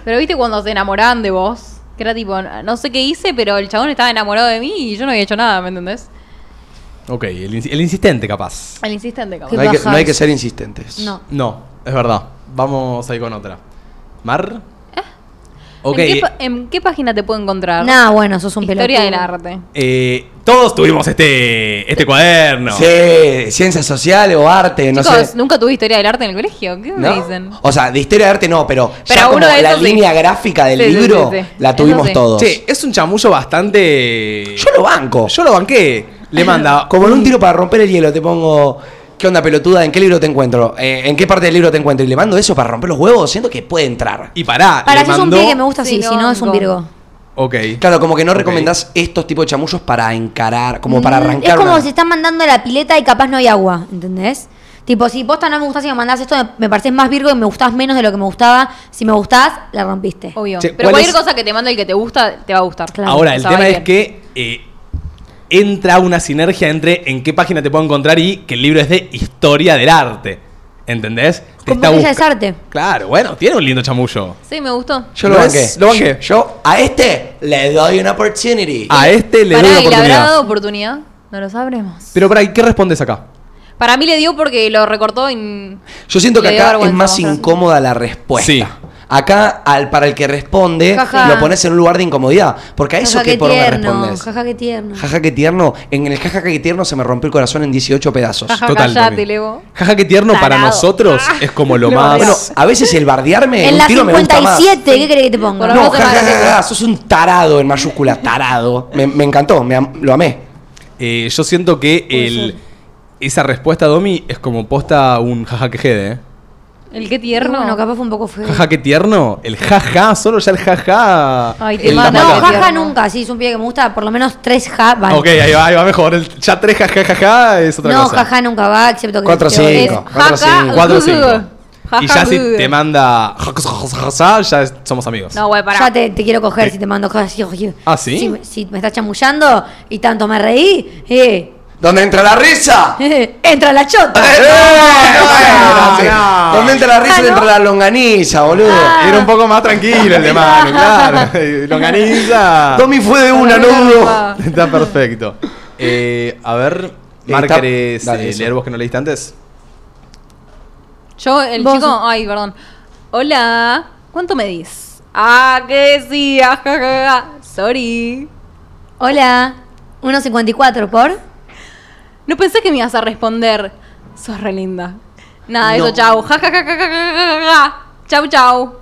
S3: Pero viste cuando se enamoraban de vos, que era tipo, no sé qué hice, pero el chabón estaba enamorado de mí y yo no había hecho nada, ¿me entendés?
S1: Ok, el, ins- el insistente capaz.
S3: Al insistente, capaz.
S4: Qué
S2: No hay, que,
S4: bajas.
S2: no hay que ser insistentes.
S4: No.
S1: No, es verdad. Vamos ahí con otra. Mar. Ok.
S3: ¿En, qué, pa- en qué página te puedo encontrar?
S4: Nah, bueno, sos un
S3: Historia
S4: pelotudo.
S3: del arte.
S1: eh, todos tuvimos este, este cuaderno.
S2: Sí, ciencias sociales o arte, no
S3: Chicos,
S2: sé.
S3: ¿nunca tuve historia del arte en el colegio? ¿Qué me
S2: ¿No?
S3: dicen?
S2: O sea, de historia de arte no, pero,
S3: Pero
S2: ya
S3: uno
S2: como
S3: de
S2: la
S3: esos sí.
S2: línea gráfica del
S3: Sí, sí,
S2: libro
S3: sí, sí.
S2: la
S3: Eso
S2: tuvimos
S3: sí.
S2: todos.
S1: Che, es un chamullo bastante.
S2: Yo lo banco.
S1: Yo lo banqué. Le manda.
S2: Como en un tiro para romper el hielo, te pongo. ¿Qué onda, pelotuda? ¿En qué libro te encuentro? Eh, ¿En qué parte del libro te encuentro? Y le mando eso para romper los huevos, siento que puede entrar.
S1: Y pará.
S4: Para
S1: le
S4: si es un
S1: mandó-
S4: pie que me gusta
S3: Sí,
S4: así,
S3: lo
S4: si no es un
S3: banco.
S4: Virgo.
S1: Ok.
S2: Claro, como que no
S1: Ok.
S2: recomendás estos tipos de chamullos para encarar, como para
S4: Mm,
S2: arrancar.
S4: Es como
S2: una-
S4: si están mandando a la pileta y capaz no hay agua, ¿entendés? Tipo, si posta no me gustás y me mandás esto, me- me pareces más Virgo y me gustás menos de lo que me gustaba. Si me gustás, la rompiste.
S3: Obvio.
S1: Che,
S3: pero
S1: ¿cuál
S3: cualquier
S1: es-
S3: cosa que te mande el que te gusta, te va a gustar.
S4: Claro.
S1: Ahora,
S3: O
S1: el
S3: sea,
S1: tema
S3: va
S1: es
S3: bien.
S1: que eh, entra una sinergia entre en qué página te puedo encontrar y que el libro es de historia del arte. ¿Entendés? Te
S4: Como
S1: está
S4: que
S1: busca-
S4: ella es arte.
S1: Claro, bueno, tiene un lindo chamullo.
S3: Sí, me gustó.
S2: Yo lo
S1: ¿Lo
S2: banqué.
S1: ves? Lo banqué.
S2: Yo a este le doy una opportunity.
S1: A este le
S3: Pará,
S1: doy una
S3: ¿y le habrá dado
S1: oportunidad.
S3: oportunidad? No lo sabremos.
S1: Pero para ¿qué respondes acá?
S3: Para mí le dio porque lo recortó en.
S2: Yo siento que
S3: Le dio
S2: acá es
S3: vergüenza
S2: más
S3: mostrar.
S2: incómoda la respuesta.
S1: Sí.
S2: Acá, al, para el que responde,
S4: Jaja.
S2: lo pones en un lugar de incomodidad. Porque a eso
S4: Jaja,
S2: que
S4: qué
S2: por dónde
S4: tierno.
S2: respondes.
S4: Jaja, qué tierno.
S2: Jaja, qué tierno. En el jaja, qué tierno se me rompió el corazón en 18 pedazos.
S3: Jaja,
S1: Total,
S3: callate,
S1: también.
S3: Leo.
S1: Jaja, qué tierno para
S3: Tarado.
S1: nosotros es como lo
S3: Lo
S1: más.
S2: Bueno, a veces el bardearme en
S4: En
S2: un
S4: la
S2: tiro me gusta más.
S4: 57, ¿qué querés que te
S3: Por
S4: ponga?
S3: ahora
S2: No,
S3: te
S2: ja, ja,
S3: parece.
S2: ja, ja, sos un tarado en mayúscula, tarado. Me, me encantó, me am- lo amé.
S1: Eh, yo siento que el, esa respuesta, Domi, es como posta un jaja que jede, ¿eh?
S3: El qué
S4: Y
S3: tierno.
S4: Bueno, capaz fue un poco feo.
S1: Jaja, qué tierno. El jaja, solo ya el jaja.
S3: Ay, te
S1: el
S3: mata.
S4: No,
S1: tamaño.
S3: Qué
S4: jaja
S3: tierno.
S4: nunca. Si es un pie que me gusta, por lo menos tres ja van.
S1: Ok, ahí va, ahí va mejor. El- ya tres jaja, jaja es otra
S4: No,
S1: cosa.
S4: jaja nunca va, excepto que...
S2: Cuatro,
S4: te-
S2: cinco.
S4: es-
S2: Cuatro, cinco.
S1: Cuatro,
S3: uh,
S1: cinco.
S3: jaja,
S1: Y ya si
S3: uh.
S1: te manda jacos, jacos, jacos, ya es- somos amigos.
S3: No, güey, pará.
S4: Ya te, te quiero coger si te mando cosas así. ojo.
S1: ¿Ah, sí?
S4: Si, me- si me estás chamullando y tanto me reí, eh,
S2: ¿Dónde entra la risa?
S4: entra la chota.
S1: no,
S2: Sí.
S1: no. Ah,
S2: ¿Dónde entra la risa?
S4: Ah, ¿no?
S2: Entra la longaniza, boludo.
S1: Era un poco más tranquilo el de mano, claro. Longaniza.
S2: Domi fue de una, no dudo.
S1: Está perfecto. Eh, a ver, Mar,
S2: Está-
S1: ¿querés
S2: dale,
S1: eh,
S2: eso.
S1: leer vos que no leíste antes?
S3: Yo, el
S4: Vos-
S3: chico. Ay, perdón. Hola. ¿Cuánto me dis? Ah, que sí. ah, ja, ja, ja. Sorry.
S4: Hola, 1.54 por.
S3: No pensé que me ibas a responder. Sos re linda. Nada,
S2: No.
S3: eso, chau. Ja, ja, ja, ja, ja, ja, ja, ja, ja. Chau, chau.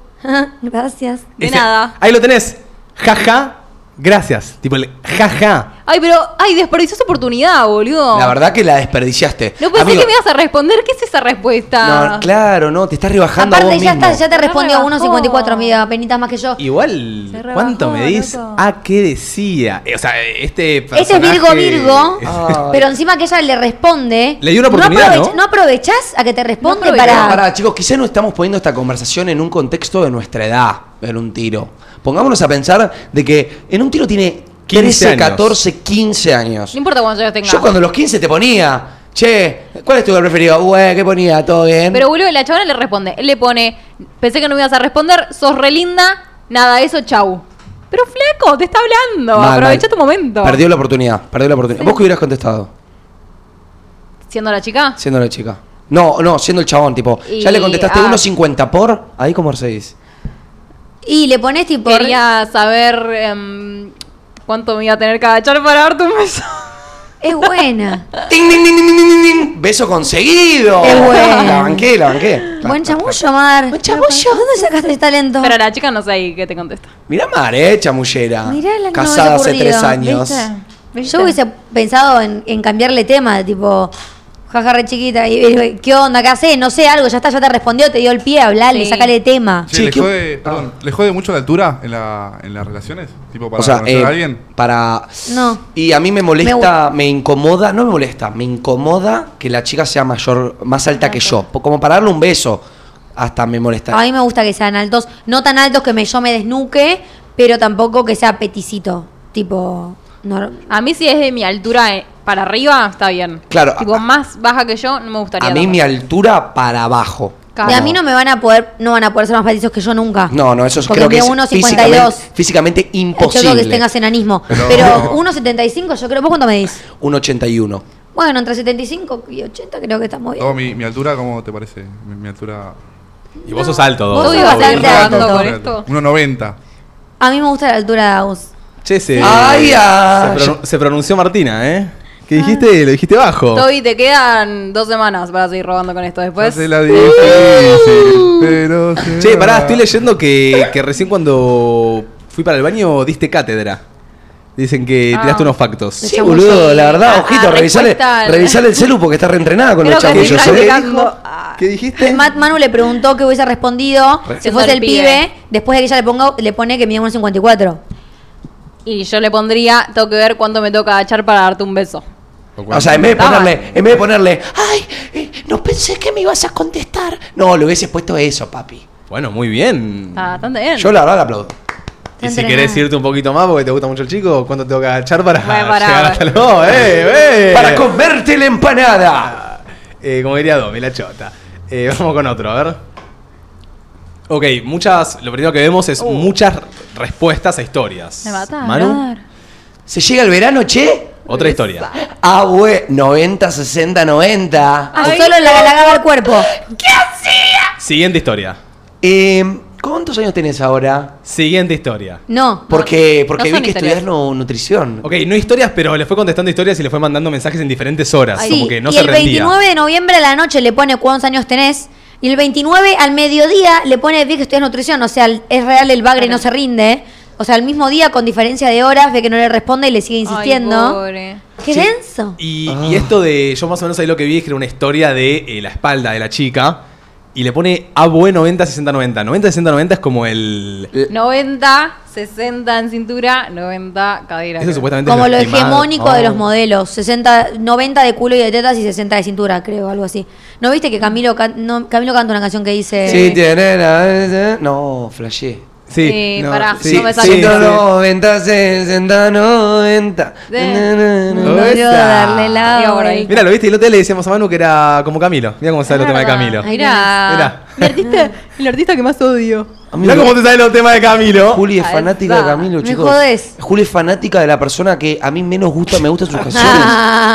S4: Gracias.
S3: De
S1: Ese-
S3: nada.
S1: Ahí lo tenés. Jaja, gracias. Tipo el jaja.
S3: Ay, pero, ay, desperdició su oportunidad, boludo.
S2: La verdad que la desperdiciaste.
S3: No pensé
S2: Amigo,
S3: que me ibas a responder. ¿Qué es esa respuesta?
S2: No, claro, no, te estás rebajando a
S4: Aparte,
S2: vos
S4: ya,
S2: mismo.
S4: está, ya te
S3: Me
S4: respondió
S3: rebajó.
S4: 1.54, amiga, penitas más que yo.
S1: Igual,
S3: Se rebajó,
S1: ¿cuánto me dis?
S3: loco.
S1: ¿A qué decía? Eh, O sea, este
S4: Ese es
S1: personaje-
S4: Virgo Virgo,
S2: Ay.
S4: pero encima que ella le responde.
S1: Le dio una oportunidad,
S4: ¿No, aprovecha-
S1: ¿no?
S4: aprovechás a que te responde
S3: No
S4: para.
S3: aprovechás.
S2: No, pará, chicos, quizá no estamos poniendo esta conversación en un contexto de nuestra edad, en un tiro. Pongámonos a pensar de que en un tiro tiene
S1: 15
S2: 13,
S1: años.
S2: 14, 15 años.
S3: No importa cuántos años tengas.
S2: Yo cuando a los 15 te ponía, che, ¿cuál es tu lugar preferido? Ué, ¿qué ponía? ¿Todo bien?
S3: Pero, boludo, la chabona le responde. Él le pone, pensé que no me ibas a responder, sos re linda, nada, eso, chau. Pero, flaco, te está hablando.
S2: Mal,
S3: Aprovecha
S2: mal.
S3: tu momento.
S2: Perdió la oportunidad, perdió la oportunidad. ¿Vos qué hubieras contestado
S3: Siendo la chica.
S2: siendo la chica? No, no, siendo el chabón, tipo, ya
S3: Y,
S2: le contestaste
S3: ah.
S2: 1.50 por, ahí como dice
S4: Y le pones tipo.
S3: Quería saber em, cuánto me iba a tener cada char para darte un beso.
S4: Es buena.
S2: ¡Ting, ting, ting, ting, ting, ting, ting! beso conseguido!
S4: Qué bueno.
S2: La banqué, la banqué.
S4: Buen chamullo, Mar.
S2: Buen chamullo.
S4: ¿Dónde sacaste ese talento?
S3: Pero la chica no sé ahí qué te contesta.
S2: Mirá Mar, eh, chamullera.
S4: Mirá la que no
S2: Casada
S4: hubiese
S2: hace tres
S4: ocurrido,
S2: años.
S3: ¿Viste?
S4: Yo hubiese pensado en, en cambiarle tema, tipo, jaja, re chiquita, y- y- ¿qué onda? ¿Qué hacés? No sé, algo, ya está, ya te respondió, te dio el pie, hablale,
S3: Sí.
S4: sacale tema.
S6: Che,
S2: Sí,
S6: ¿le,
S2: ¿qué-
S6: jode,
S3: Ah.
S6: perdón, ¿le jode mucho la altura en, la, en las relaciones? Tipo, para
S2: o sea,
S6: conocer
S2: eh,
S6: a alguien.
S2: para...
S4: No.
S2: Y a mí me molesta,
S4: gusta.
S2: me, incomoda, no me molesta, me incomoda que la chica sea mayor, más alta que yo. Po- Como para darle un beso, hasta me molesta.
S4: A mí me gusta que sean altos, no tan altos que me, yo me desnuque, pero tampoco que sea peticito, tipo... no-
S3: A mí si es de mi altura eh, para arriba, está bien.
S2: Claro,
S3: Tipo,
S2: a-
S3: más baja que yo, no me gustaría.
S2: a mí
S3: tampoco.
S2: mi altura para abajo.
S3: Claro.
S4: De a mí no me van a poder, no van a poder ser más petizos que yo nunca.
S2: No, no, eso es,
S4: Porque
S2: creo que es
S4: mido 1,52.
S2: físicamente, físicamente
S4: Yo creo
S2: imposible.
S4: que tengas enanismo.
S6: No.
S4: Pero 1,75 yo creo. ¿Vos cuánto medís?
S2: Un 81.
S4: Bueno, entre 75 y 80 creo que estamos bien.
S6: Todo mi, mi altura, ¿cómo te parece? Mi, mi altura.
S1: Y vos sos alto, dos.
S4: Vos
S3: Vos
S4: sos
S3: ibas
S4: bastante
S3: a
S4: alto.
S3: con esto.
S6: 1.90.
S4: A mí me gusta la altura de Agus.
S1: Che,
S6: Eh,
S1: se,
S2: Ay, ay.
S1: se, pronu- se pronunció Martina, ¿eh? ¿Qué dijiste? Lo dijiste bajo.
S3: Toby, te quedan dos semanas para seguir robando con esto después.
S6: Hace la
S3: Uh.
S6: difícil, pero se
S1: Che, pará,
S6: va.
S1: estoy leyendo que, que recién cuando fui para el baño diste cátedra. Dicen que
S3: Ah.
S1: tiraste unos factos.
S2: Sí, boludo, la verdad,
S3: Ah,
S2: ojito, revisale,
S3: respuesta al-
S2: revisale el celu porque está reentrenada con
S3: Creo
S2: los
S3: que
S2: chamuchos.
S3: sí,
S2: ¿eh?
S3: practicando. Ah.
S1: ¿Qué dijiste?
S4: Matt Manu le preguntó qué hubiese respondido si
S3: Siendo
S4: fuese
S3: el
S4: el pibe,
S3: pibe.
S4: después de que ella le, ponga, le pone que mide 1,54.
S3: Y yo le pondría, tengo que ver cuánto me toca agachar para darte un beso.
S2: O sea, en vez de
S3: Estaba.
S2: ponerle, en vez de ponerle, ay, eh, no pensé que me ibas a contestar. No, le hubieses puesto eso, papi.
S1: Bueno, muy bien.
S3: Está bastante bien.
S2: Yo la verdad la aplaudo.
S1: Y si
S4: Entrenada.
S1: querés irte un poquito más porque te gusta mucho el chico, ¿cuánto tengo que agachar para
S3: Bueno, pará,
S1: llegar
S3: bueno.
S1: hasta el vos? ¡Eh, eh!
S2: Para comerte la empanada.
S1: Eh, como diría Domi, la chota. Eh, vamos con otro, a ver. Ok, muchas. Lo primero que vemos
S4: Uh.
S1: es muchas respuestas a historias.
S3: Me mata.
S1: Manu,
S2: ¿Se llega el verano, che?
S1: otra historia.
S2: Ah, güey, 90, 60, 90.
S4: Ah, solo la galagaba el cuerpo.
S1: Siguiente historia.
S2: Eh, ¿Cuántos años tenés ahora?
S1: Siguiente historia.
S4: No.
S2: Porque, porque
S3: no
S2: vi
S3: son
S2: que
S3: historias.
S2: estudias nutrición.
S1: Ok, no historias, pero le fue contestando historias y le fue mandando mensajes en diferentes horas.
S4: Sí,
S1: como que no
S4: y
S1: se
S4: el
S1: rendía.
S4: 29 de noviembre a la noche le pone cuántos años tenés. Y el 29 al mediodía le pone vi que estudias nutrición. O sea, el- es real el bagre, no se rinde. ¿eh? O sea, al mismo día, con diferencia de horas, ve que no le responde y le sigue
S3: Ay,
S4: insistiendo.
S3: pobre.
S4: ¡Qué
S1: Sí.
S4: denso!
S1: Y, y esto de. Yo más o menos ahí lo que vi es que era una historia de eh, la espalda de la chica. Y le pone ABUE 90-60-90. 90-60-90 es como el.
S3: 90, 60 en cintura, 90 cadera.
S1: Ese supuestamente es
S4: Como lo
S1: estimado.
S4: hegemónico de
S1: Oh.
S4: los modelos, 60, 90 de culo y de tetas y 60 de cintura, creo, algo así. ¿No viste que Camilo, can- no, Camilo canta una canción que dice...
S2: Sí, tiene la... No, flashé.
S1: Sí,
S3: Sí, Eh, pará,
S1: sí,
S3: no me
S1: sí,
S3: sale.
S1: sí.
S2: 190, 60, 90.
S3: De-
S2: Na, na, na,
S4: no
S2: na.
S4: quiero darle
S3: Y
S4: la
S3: ahora
S4: vuelta.
S3: ahí.
S1: Mirá, lo viste, el otro día le decíamos a Manu que era como Camilo. Mirá cómo sale el tema de Camilo.
S4: Ay,
S3: Mirá.
S1: Mirá.
S3: Mi artista, el artista que más odio.
S1: Mirá cómo te salen los temas de Camilo.
S2: Juli es
S3: Ah,
S2: fanática de
S3: esa.
S2: Camilo,
S4: Me
S2: chicos.
S4: jodés.
S2: Juli es fanática de la persona que a mí menos gusta, me gustan sus
S4: Ah.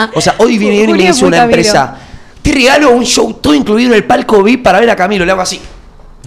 S2: canciones. O sea, hoy viene y me
S3: Juli es
S2: dice
S3: muy
S2: una
S3: Camilo.
S2: empresa. Te regalo un show todo incluido en el palco VIP para ver a Camilo. Le hago así.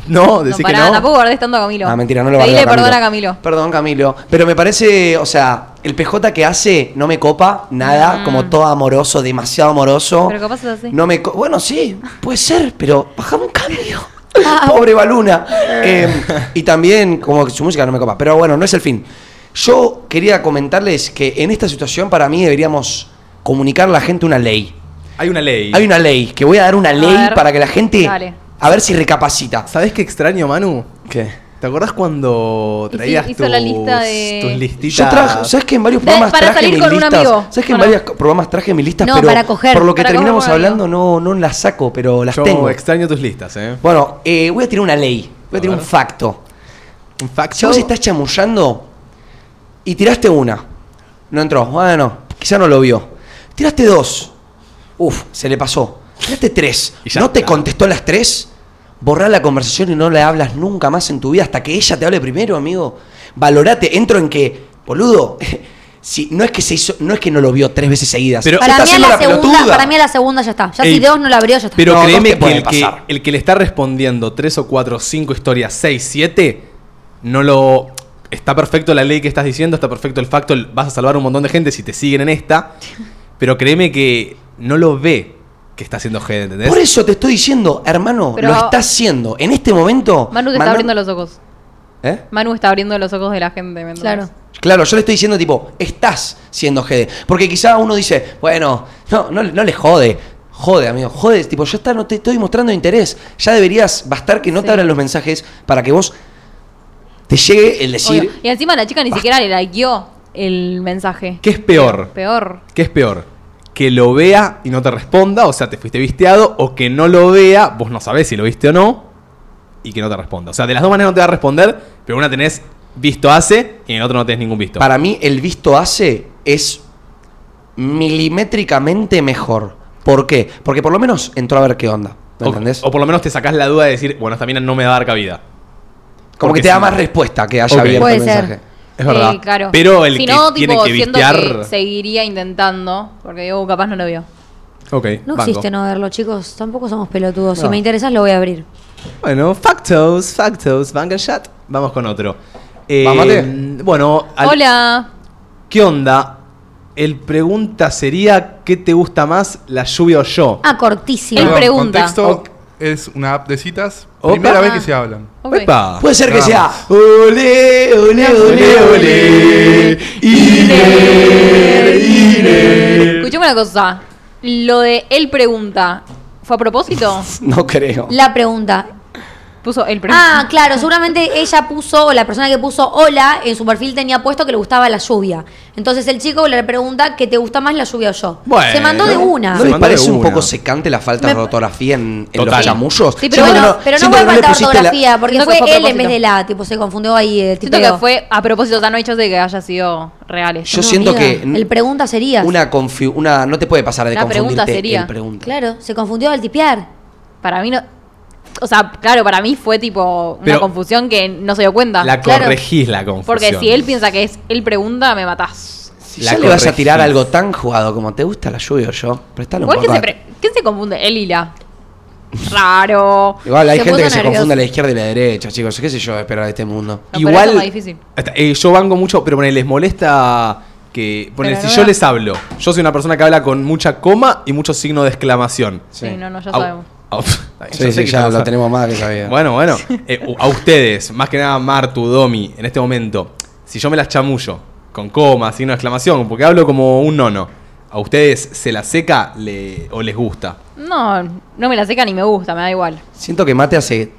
S1: No, decís
S3: no,
S1: que
S3: pará,
S1: no.
S3: tampoco guardé tanto a Camilo.
S2: Ah, mentira, no lo va a
S3: Pedile
S2: dar a
S3: perdón a Camilo.
S2: Perdón, Camilo. Pero me parece, o sea, el PJ que hace no me copa nada, como todo amoroso, demasiado amoroso.
S3: Mm. Pero capaz es así.
S2: No me co- bueno, sí, puede ser, pero bajame un cambio.
S3: Ah.
S2: Pobre Baluna. Eh, y también, como que su música no me copa. Pero bueno, no es el fin. Yo quería comentarles que en esta situación, para mí, deberíamos comunicar a la gente una ley.
S1: Hay una ley.
S2: Hay una ley, que voy a dar una ley
S3: ver.
S2: para que la gente.
S3: Dale.
S2: A ver si recapacita.
S1: ¿Sabés qué extraño, Manu?
S2: ¿Qué?
S1: ¿Te acordás cuando
S3: Hizo-
S1: traías
S3: hizo
S1: tus,
S3: la lista de-
S1: tus listitas?
S2: Yo traje, ¿sabes que en varios
S3: De-
S2: programas
S3: para
S2: traje
S3: salir
S2: mis
S3: con un
S2: listas?
S3: amigo.
S2: ¿Sabes que en
S3: Para-
S2: varios programas traje mis listas?
S4: No,
S2: pero
S4: para coger.
S2: Por lo que
S3: Para coger
S2: terminamos
S3: con un
S2: hablando, no, no las saco, pero las
S1: Yo
S2: tengo.
S1: extraño tus listas, ¿eh?
S2: Bueno, eh, voy a tirar una ley, voy a tirar
S1: ver.
S2: un facto.
S1: Un fact
S2: Si vos estás chamullando y tiraste una, no entró, bueno, quizá no lo vio. Tiraste dos, uf, se le pasó. Tiraste tres,
S1: Y ya
S2: no te
S1: está.
S2: contestó las tres, borrá la conversación y no le hablas nunca más en tu vida hasta que ella te hable primero, amigo. Valorate, entro en que, boludo, si, no es que se hizo, no es que no lo vio tres veces seguidas.
S1: Pero-
S2: Se
S4: Para
S2: está
S4: mí, a
S2: haciendo
S4: la segunda,
S2: pelotuda.
S4: para mí a la segunda ya está. Ya
S1: Ey,
S4: si Dios no la abrió, ya está.
S1: Pero
S2: No, dos
S1: créeme
S2: te
S1: que
S2: pueden
S1: el, que
S2: pasar.
S1: el que le está respondiendo 3 o 4, 5 historias, 6, 7, no lo... Está perfecto la ley que estás diciendo, está perfecto el facto, el- vas a salvar un montón de gente si te siguen en esta. Pero créeme que no lo ve que está haciendo G, ¿entendés?
S2: Por eso te estoy diciendo, hermano,
S3: Pero-
S2: lo está haciendo. En este momento.
S3: Manu te está
S2: mandar-
S3: abriendo los ojos.
S2: ¿Eh?
S3: Manu está abriendo los ojos de la gente, ¿me entendés?
S4: Claro.
S2: Claro, yo le estoy diciendo, tipo, estás siendo GD. Porque quizá uno dice, bueno, no, no, no le jode. Jode, amigo, jode. Tipo, ya está, no te estoy mostrando interés. Ya deberías bastar que no
S3: Sí.
S2: te abran los mensajes para que vos te llegue el decir.
S3: Obvio. Y encima la chica ni siquiera le likeó el mensaje.
S1: ¿Qué es peor?
S3: Peor.
S1: ¿Qué es peor? Que lo vea y no te responda, o sea, te fuiste visteado, o que no lo vea, vos no sabés si lo viste o no, y que no te responda. O sea, de las dos maneras no te va a responder, pero una tenés visto hace y en el otro no tenés ningún visto.
S2: Para mí, el visto hace es milimétricamente mejor. ¿Por qué? Porque por lo menos entró a ver qué onda. ¿Me
S1: o,
S2: entendés?
S1: o por lo menos te sacás la duda de decir, bueno, esta mina no me va a dar cabida.
S2: Como
S1: porque
S2: que te da
S1: si-
S2: más respuesta que haya
S1: Ok.
S2: abierto
S4: Puede
S2: el
S4: ser.
S2: mensaje.
S1: Es verdad.
S3: Sí, claro.
S1: Pero el
S3: Si
S1: que
S3: no,
S1: tiene
S3: tipo,
S1: que
S3: siento
S1: vistear.
S3: seguiría intentando, porque digo, "Uh, capaz no lo vio.
S1: Ok,
S4: No
S1: banco.
S4: existe no verlo, chicos. Tampoco somos pelotudos. Si
S2: No.
S4: me interesas, lo voy a abrir.
S1: Bueno, factos, factos, banga shot. Vamos con otro. Eh,
S2: Mamate.
S1: bueno, al-
S3: Hola.
S1: ¿Qué onda? El pregunta sería, ¿qué te gusta más, la lluvia o yo?
S4: Ah, cortísimo.
S3: Él
S6: Perdón,
S3: pregunta. Ah.
S6: Contexto,
S1: Ok.
S6: Es una app de citas.
S1: Opa.
S6: Primera vez que se hablan.
S3: Ok.
S1: Epa.
S2: Puede ser que
S6: Vamos.
S2: sea.
S1: Ole, ole, ole, ole. Iré, iré.
S3: Escuchame una cosa. Lo de él pregunta, ¿fue a propósito?
S2: No creo.
S4: La pregunta.
S3: Puso él pregunta.
S4: Ah, claro, seguramente ella puso, o la persona que puso hola, en su perfil tenía puesto que le gustaba la lluvia. Entonces el chico le pregunta, ¿qué te gusta más la lluvia o yo?
S1: Bueno.
S4: Se mandó de una.
S2: ¿No
S1: Se
S2: les
S1: mandó
S2: parece
S1: de
S2: un
S1: una.
S2: poco secante la falta de
S4: Me-
S2: ortografía en, en
S1: Total.
S2: los chamullos?
S4: Sí, pero,
S2: Siento que
S4: no, pero no
S2: siento que
S4: fue
S2: le
S4: falta de
S2: pusiste la-
S4: ortografía, porque
S3: Siento
S4: fue
S3: que fue a
S4: él en vez
S3: propósito.
S4: de la, tipo, se confundió ahí el
S3: Siento
S4: tipeo.
S3: que fue a propósito, o sea, no he hecho de que haya sido real.
S2: Yo
S4: No,
S2: siento
S4: amiga,
S2: que n-
S4: El pregunta sería.
S2: una confi- una no te puede pasar de
S3: Una pregunta
S2: confundirte
S3: sería.
S2: en pregunta.
S4: Claro, se confundió al tipear.
S3: Para mí no. O sea, claro, para mí fue tipo una
S1: Pero-
S3: confusión que no se dio cuenta.
S1: La
S4: Claro.
S1: corregís la confusión.
S3: Porque si él piensa que es él pregunta, me matás.
S2: Si
S1: La
S2: ya le vas a
S1: corregís.
S2: tirar algo tan jugado como te gusta la lluvia o yo, prestale un
S3: Igual
S2: poco.
S3: que se,
S2: de-
S3: pre- ¿quién se confunde? Él y la. Raro.
S2: Igual hay
S4: Se
S2: gente que
S4: puso
S2: se
S4: nervioso.
S2: confunde a la izquierda y la derecha, chicos. ¿Qué sé yo esperar de este mundo?
S3: No, pero eso
S1: Igual.
S3: es más difícil.
S1: Hasta- eh, yo banco mucho, pero ponele, les molesta que. Ponele,
S3: Pero
S1: si
S3: no
S1: yo
S3: da-
S1: les hablo, yo soy una persona que habla con mucha coma y mucho signo de exclamación.
S3: Sí,
S2: Sí.
S3: no, no, ya
S1: Au-
S3: sabemos.
S1: au- Ay,
S2: Sí,
S1: yo
S2: sí,
S1: sé que
S2: ya
S1: estamos-
S2: lo tenemos más que sabía.
S1: Bueno, bueno. Eh, u- a ustedes, más que nada Martu, Domi, en este momento, si yo me las chamullo con coma, signo de exclamación, porque hablo como un nono, ¿a ustedes se la seca le- o les gusta?
S3: No, no me la seca ni me gusta, me da igual.
S2: Siento que Mate hace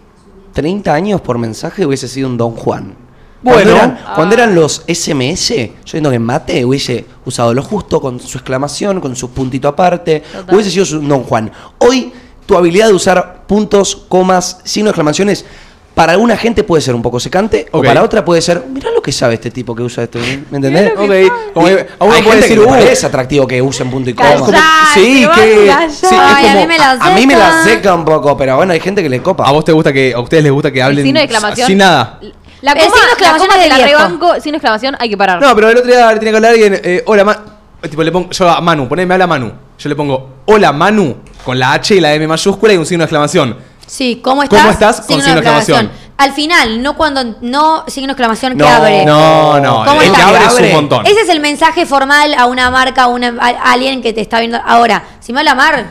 S2: 30 años por mensaje hubiese sido un Don Juan.
S1: Bueno.
S2: Cuando eran, cuando eran los SMS, yo siento que Mate hubiese usado lo justo con su exclamación, con su puntito aparte.
S3: Total.
S2: Hubiese sido un Don Juan. Hoy, tu habilidad de usar puntos, comas, signos, exclamaciones, para alguna gente puede ser un poco secante, o
S1: Ok.
S2: para otra puede ser, mirá lo que sabe este tipo que usa esto. ¿Me entendés?
S1: Ok, como
S2: Como
S1: que a uno puede
S2: hay gente
S1: decir,
S2: que le
S1: "Uh,
S2: parece atractivo que usen punto y coma.
S3: Callate,
S1: sí,
S3: vas
S1: que-
S3: a callar.
S1: sí, es
S4: Ay, a
S1: como-
S4: mí me la
S2: A mí me la
S4: seca.
S2: seca un poco, pero bueno, hay gente que le copa.
S1: ¿A vos te gusta que, a ustedes les gusta que
S3: El
S1: hablen
S3: signo de exclamación.
S1: sin nada?
S3: La coma,
S4: El Eh, signo de
S3: la
S4: exclamación
S3: coma
S4: es
S3: te la
S4: de viejo.
S3: rebanco, sin exclamación hay que parar.
S1: No, pero el otro día le tenía que hablar a alguien, eh, hola, Ma- tipo, le pongo, yo a Manu, poneme, me habla Manu. Yo le pongo, hola, Manu, con la H y la M mayúscula y un signo de exclamación.
S4: Sí, ¿cómo estás?
S1: ¿Cómo estás? Con signo de exclamación.
S4: Al final, no cuando. No signo de exclamación que
S2: No,
S4: abre.
S1: No, no,
S4: ¿Cómo
S1: el que
S4: está?
S1: abre es un
S2: Abre.
S1: montón.
S4: Ese es el mensaje formal a una marca, a, una, a alguien que te está viendo. Ahora, si me habla Mar,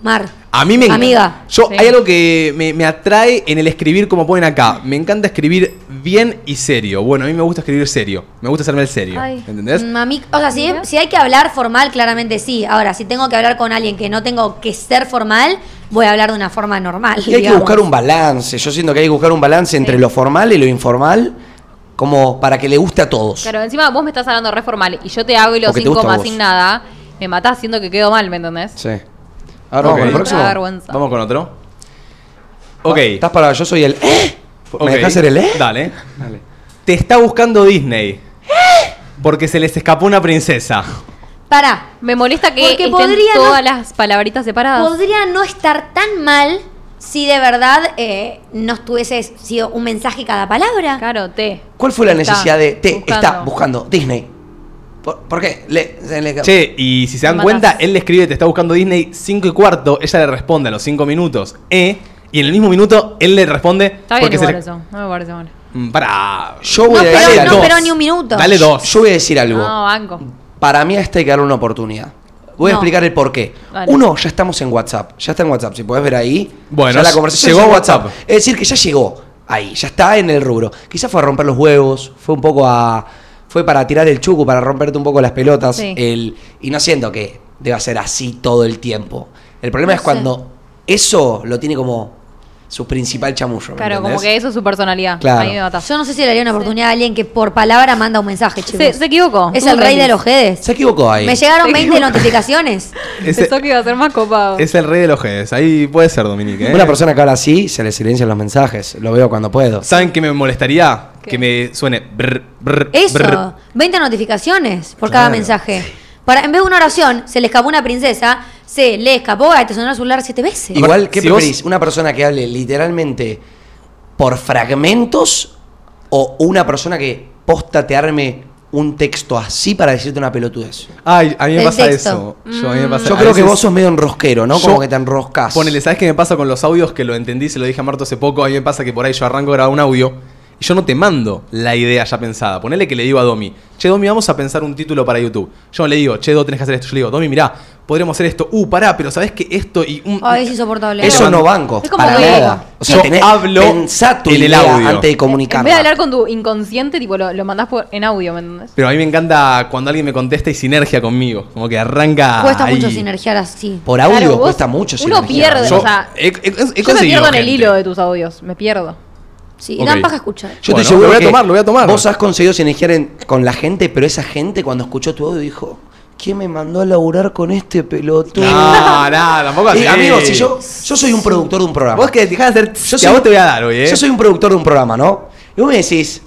S4: Mar.
S1: A mí me encanta.
S4: Amiga.
S1: Yo,
S3: Sí.
S1: Hay algo que me, me atrae en el escribir, como ponen acá. Me encanta escribir bien y serio. Bueno, a mí me gusta escribir serio. Me gusta hacerme el serio.
S3: Ay.
S1: ¿Entendés?
S4: Mm, a mí- o sea, si, si hay que hablar formal, claramente sí. Ahora, si tengo que hablar con alguien que no tengo que ser formal, voy a hablar de una forma normal.
S2: Y hay que
S4: digamos.
S2: buscar un balance. Yo siento que hay que buscar un balance entre lo formal y lo informal, como para que le guste a todos.
S3: Claro, encima vos me estás hablando re formal y yo te hablo
S2: Porque te
S3: sin
S2: gusta a
S3: coma,
S2: vos.
S3: sin nada, me matás siendo que quedo mal, ¿me entendés?
S2: Sí. Ahora vamos
S1: Ok.
S2: con el
S3: Me da
S2: próximo.
S3: vergüenza.
S1: Vamos con otro. Ok.
S2: Estás para. Yo soy el. ¿Eh? ¿Me
S1: ok.
S2: dejás ser el eh?
S1: Dale.
S2: Dale.
S1: Te está buscando Disney.
S3: ¿Eh?
S1: Porque se les escapó una princesa.
S4: Pará.
S3: Me molesta que
S4: Porque
S3: estén
S4: podría no-
S3: todas las palabritas separadas.
S4: Podría no estar tan mal si de verdad eh, no estuviese sido un mensaje cada palabra.
S3: Claro, te.
S2: ¿Cuál fue la
S3: Está
S2: necesidad de. Te
S3: buscando.
S2: está buscando Disney. ¿Por, por qué? Le- se le-
S1: Che, y si se dan
S3: Me
S1: cuenta,
S3: matás.
S1: él le escribe, te está buscando Disney 5 y cuarto. Ella le responde a los 5 minutos. ¿Eh? Y en el mismo minuto, él le responde.
S3: Está bien
S1: se
S3: igual
S1: le-
S3: eso, no me parece bueno.
S1: Mm, Pará.
S2: Yo voy
S4: No,
S2: a
S4: pero-
S2: decir
S4: no,
S2: algo.
S4: pero ni un minuto.
S1: Dale dos.
S2: Yo voy a este decir algo.
S3: No, banco.
S2: Para mí, a esta hay que darle una oportunidad. Voy a
S3: No.
S2: explicar el porqué.
S3: Dale.
S2: Uno, ya estamos en WhatsApp. Ya está en WhatsApp. Si podés ver ahí.
S1: Bueno,
S2: ya la
S1: s-
S2: conversación
S1: llegó
S2: ya
S1: a
S2: en
S1: WhatsApp.
S2: Es decir, que ya llegó ahí. Ya está en el rubro. Quizás fue a romper los huevos. Fue un poco a. Fue para tirar el chucu, para romperte un poco las pelotas.
S3: Sí.
S2: El, y no siento que deba ser así todo el tiempo. El problema
S4: No
S2: es
S4: sé.
S2: cuando eso lo tiene como su principal chamullo. ¿me
S3: Claro, como
S2: entendés?
S3: que eso es su personalidad.
S2: Claro.
S3: Ahí me matás.
S4: Yo no sé si le daría una oportunidad a alguien que por palabra manda un mensaje, chicos.
S3: Se, se equivocó.
S4: Es el rey de los jedes.
S2: Se equivocó ahí.
S4: Me llegaron
S3: Se
S4: 20
S3: equivoca.
S4: notificaciones.
S1: Es,
S3: Pensó que iba a ser más copado.
S1: es el rey de los jedes. Ahí puede ser, Dominique. ¿eh?
S2: Una persona que habla así se le silencian los mensajes. Lo veo cuando puedo.
S1: ¿Saben qué me molestaría?
S3: ¿Qué?
S1: Que me suene. brr, brr, brr.
S4: Eso, 20 notificaciones por cada
S1: Claro.
S4: mensaje. Para, en vez de una oración, se le escapó una princesa, se le escapó, ay, te sonó el celular siete veces.
S1: Igual,
S2: Igual, ¿qué
S1: si
S2: preferís?
S1: vos-
S2: ¿Una persona que hable literalmente por fragmentos o una persona que posta te arme un texto así para decirte una pelotudez?
S1: Ay, a mí me
S4: El
S1: pasa
S4: texto.
S1: eso. Yo, a mí me pasa-
S2: Yo
S1: a
S2: creo que
S1: veces-
S2: vos sos medio enrosquero, ¿no?
S1: Yo-
S2: Como que te enroscas.
S1: Ponele, ¿sabes qué me pasa con los audios? Que lo entendí, se lo dije a Marto hace poco. A mí me pasa que por ahí yo arranco a grabar un audio y yo no te mando la idea ya pensada. Ponele que le digo a Domi, che, Domi, vamos a pensar un título para YouTube. Yo no le digo, che, Do, tenés que hacer esto. Yo le digo, Domi, mirá, podríamos hacer esto. Uh, pará, pero ¿sabés que esto y un.
S4: Ay, es insoportable.
S2: Eso no banco.
S3: Es como
S2: para
S3: que-
S2: nada. O sea,
S1: Yo
S2: tenés,
S1: hablo
S2: pensá tu
S1: en el
S2: idea
S1: audio.
S2: antes de
S3: En
S2: comunicarla.
S3: vez de hablar con tu inconsciente, tipo, lo, lo mandás por- en audio, ¿me entendés?
S1: Pero a mí me encanta cuando alguien me contesta y sinergia conmigo. Como que arranca.
S4: Cuesta
S1: ahí.
S4: mucho sinergiar así.
S2: Por audio
S3: Claro, vos-
S2: cuesta mucho.
S3: Uno
S2: sinergia.
S3: pierde,
S1: Yo,
S3: o sea,
S1: he- he- he
S3: yo me
S1: conseguido
S3: pierdo en el
S1: gente.
S3: hilo de tus audios, me pierdo.
S4: Sí,
S1: Ok.
S4: dan paja escuchar.
S2: Yo
S1: Bueno,
S2: te seguro
S1: lo voy a
S2: que
S1: tomar, lo voy a tomar.
S2: Vos has conseguido sinergiar en- con la gente, pero esa gente cuando escuchó tu audio dijo: ¿Quién me mandó a laburar con este pelotudo?
S1: No, no, tampoco así.
S2: Eh, amigo, si yo, yo soy un productor de un programa.
S1: Vos que dejás de hacer.
S2: Yo
S1: que a vos te voy a dar hoy, eh.
S2: Yo soy un productor de un programa, ¿no? Y vos me decís,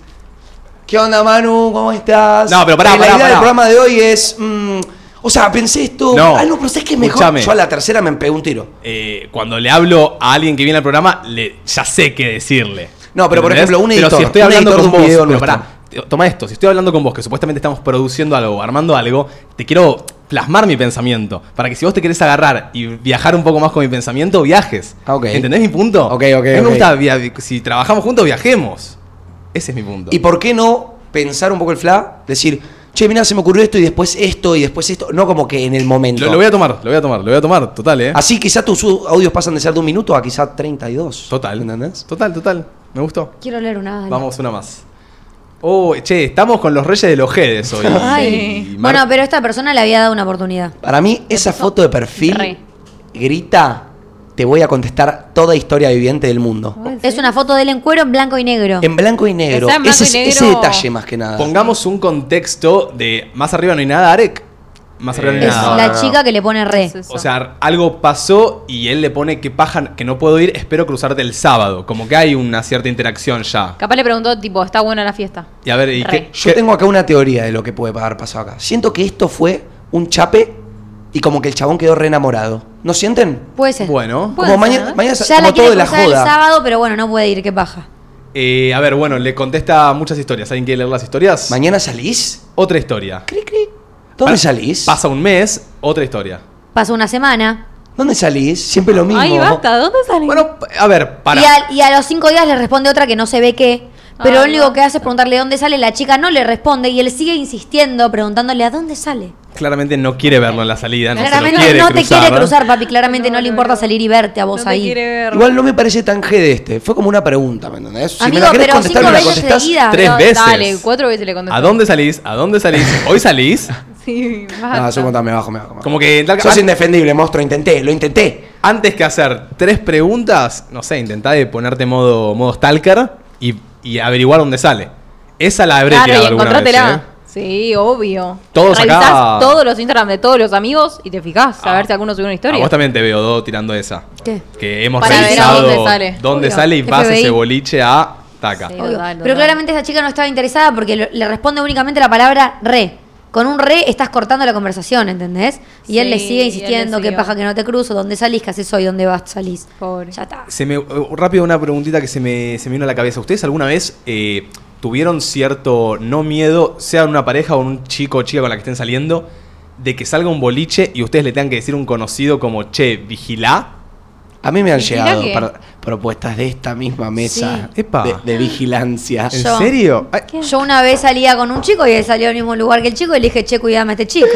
S2: ¿qué onda, Manu? ¿Cómo estás?
S1: No, pero pará,
S2: Eh, La
S1: pará,
S2: idea
S1: pará.
S2: del programa de hoy es. mm, o sea, pensé esto.
S1: No.
S2: Ah, no, pero ¿sabes qué es mejor?
S1: Escuchame.
S2: Yo a la tercera me pegué un tiro.
S1: eh, cuando le hablo a alguien que viene al programa, le, ya sé qué decirle.
S2: No, pero, por ejemplo, un
S1: Pero
S2: editor,
S1: si estoy
S2: un
S1: hablando
S2: editor de
S1: con
S2: un
S1: vos,
S2: video
S1: pero
S2: nuestro.
S1: pará, te- toma esto, si estoy hablando con vos, que supuestamente estamos produciendo algo, armando algo, te quiero plasmar mi pensamiento, para que si vos te querés agarrar y viajar un poco más con mi pensamiento, viajes.
S2: Ah, ok.
S1: ¿Entendés mi punto?
S2: Ok, ok,
S1: A mí me
S2: ok.
S1: gusta, via- si trabajamos juntos, viajemos. Ese es mi punto.
S2: ¿Y por qué no pensar un poco el fla? Decir, che, mira, se me ocurrió esto y después esto y después esto. No como que en el momento.
S1: lo, lo voy a tomar, lo voy a tomar, lo voy a tomar, total, eh.
S2: Así quizá tus audios pasan de ser de un minuto a quizá 32.
S1: Total.
S2: ¿Entendés?
S1: Total, total. Me gustó.
S4: Quiero leer una. dale.
S1: Vamos una más. Oh, che, estamos con los reyes de los jedes hoy.
S4: Ay.
S1: Y Mar-
S4: Bueno, pero esta persona le había dado una oportunidad.
S2: Para mí, esa foto de perfil
S3: Re.
S2: grita: Te voy a contestar toda historia viviente del mundo.
S3: Ah,
S4: Es una foto de él en cuero en blanco y negro.
S2: En blanco y negro.
S3: Está en blanco
S2: ese,
S3: y
S2: es- ese
S3: negro.
S2: detalle más que nada.
S1: Pongamos un contexto de más arriba no hay nada, Arek. Más arriba no hay
S4: Es
S1: nada.
S4: la
S5: no, no.
S4: chica que le pone re.
S3: Es eso.
S1: O sea, algo pasó y él le pone que paja, que no puedo ir, espero cruzarte el sábado. Como que hay una cierta interacción ya.
S3: Capaz le preguntó, tipo, ¿está buena la fiesta?
S1: Y a ver, ¿y qué-
S3: Re.
S2: Yo tengo acá una teoría de lo que puede haber pasado acá. Siento que esto fue un chape y como que el chabón quedó re enamorado. ¿No sienten?
S4: Puede ser.
S1: Bueno,
S3: Puede
S2: Como
S3: ser,
S2: mañana,
S3: ¿eh?
S2: mañana es
S4: Ya la
S2: como todo
S4: quiere
S2: de la
S4: cruzar el
S2: joda.
S4: sábado, pero bueno, no puede ir, qué paja.
S1: eh, a ver, bueno, le contesta muchas historias. ¿Alguien quiere leer las historias?
S2: ¿Mañana salís?
S1: Otra historia.
S2: Cri, cri. ¿Dónde salís?
S1: Ah, Pasa un mes, otra historia.
S4: Pasa una semana.
S2: ¿Dónde salís? Siempre lo mismo.
S3: Ay, basta, ¿dónde sale?
S1: Bueno, a ver, para.
S4: Y a, y a los cinco días le responde otra que no se ve qué. Pero
S3: Ay,
S4: lo único
S3: Ah, no.
S4: que hace es preguntarle dónde sale. La chica no le responde y él sigue insistiendo, preguntándole a dónde sale.
S1: Claramente no quiere verlo en la salida. No se lo
S4: Claramente
S1: quiere
S4: no te
S1: cruzar,
S4: quiere
S1: ¿eh?
S4: cruzar, papi. Claramente no,
S3: No,
S4: le
S3: no,
S4: importa
S3: no.
S4: salir y verte a vos
S3: no te
S4: ahí.
S3: quiere ver.
S2: Igual no me parece tan G de este. Fue como una pregunta, ¿me entendés? Si me
S4: Amigo,
S2: la querés
S4: pero
S2: contestar, me
S4: cinco
S2: la
S4: veces
S2: contestás.
S4: seguidas.
S1: Tres
S3: No,
S1: veces.
S3: Dale, cuatro veces le contesté.
S1: ¿A dónde salís? ¿A dónde salís? ¿Hoy salís?
S3: Sí,
S2: No,
S3: basta.
S2: yo contame, me bajo, me bajo. me bajo.
S1: Como que en tal-
S2: Sos
S1: an-
S2: indefendible, monstruo. Intenté, lo intenté.
S1: antes que hacer tres preguntas, no sé, intentá de ponerte modo, modo stalker y, y averiguar dónde sale. Esa la habré
S3: Claro,
S1: tirado
S3: y
S1: alguna vez,
S3: encontrátela.
S1: ¿eh?
S3: Sí, obvio.
S1: Todos
S3: Revisás
S1: acá-
S3: todos los Instagram de todos los amigos y te fijás a
S1: Ah.
S3: ver si alguno subió una
S1: A
S3: historia.
S1: vos también te veo, Do, tirando esa.
S4: ¿Qué?
S1: Que hemos
S3: Para ver a
S1: revisado
S3: dónde sale.
S1: dónde
S4: Obvio.
S1: sale y vas
S4: FBI.
S1: ese boliche a Taca.
S3: Sí.
S4: Obvio.
S3: Total,
S4: Pero
S3: total.
S4: claramente esa chica no estaba interesada porque lo- le responde únicamente la palabra re. Con un re estás cortando la conversación, ¿entendés? Y él le
S3: Sí,
S4: sigue
S3: y él
S4: insistiendo,
S3: le
S4: qué
S3: siguió.
S4: paja que no te cruzo, dónde salís, qué haces hoy, dónde vas, salís.
S3: Pobre.
S4: Ya está.
S1: Se me, eh, rápido una preguntita que se me, se me vino a la cabeza. ¿Ustedes alguna vez eh, tuvieron cierto, no miedo, sea en una pareja o en un chico o chica con la que estén saliendo, de que salga un boliche y ustedes le tengan que decir a un conocido como, che, vigilá?
S2: A mí me han
S3: Mirá
S2: llegado
S3: que-
S2: par- propuestas de esta misma mesa
S1: Sí. Epa.
S2: de, de vigilancia.
S1: ¿En
S4: Yo.
S1: serio? Ay,
S4: Yo una vez salía con un chico y él salió al mismo lugar que el chico y le dije, che, cuidame a este chico.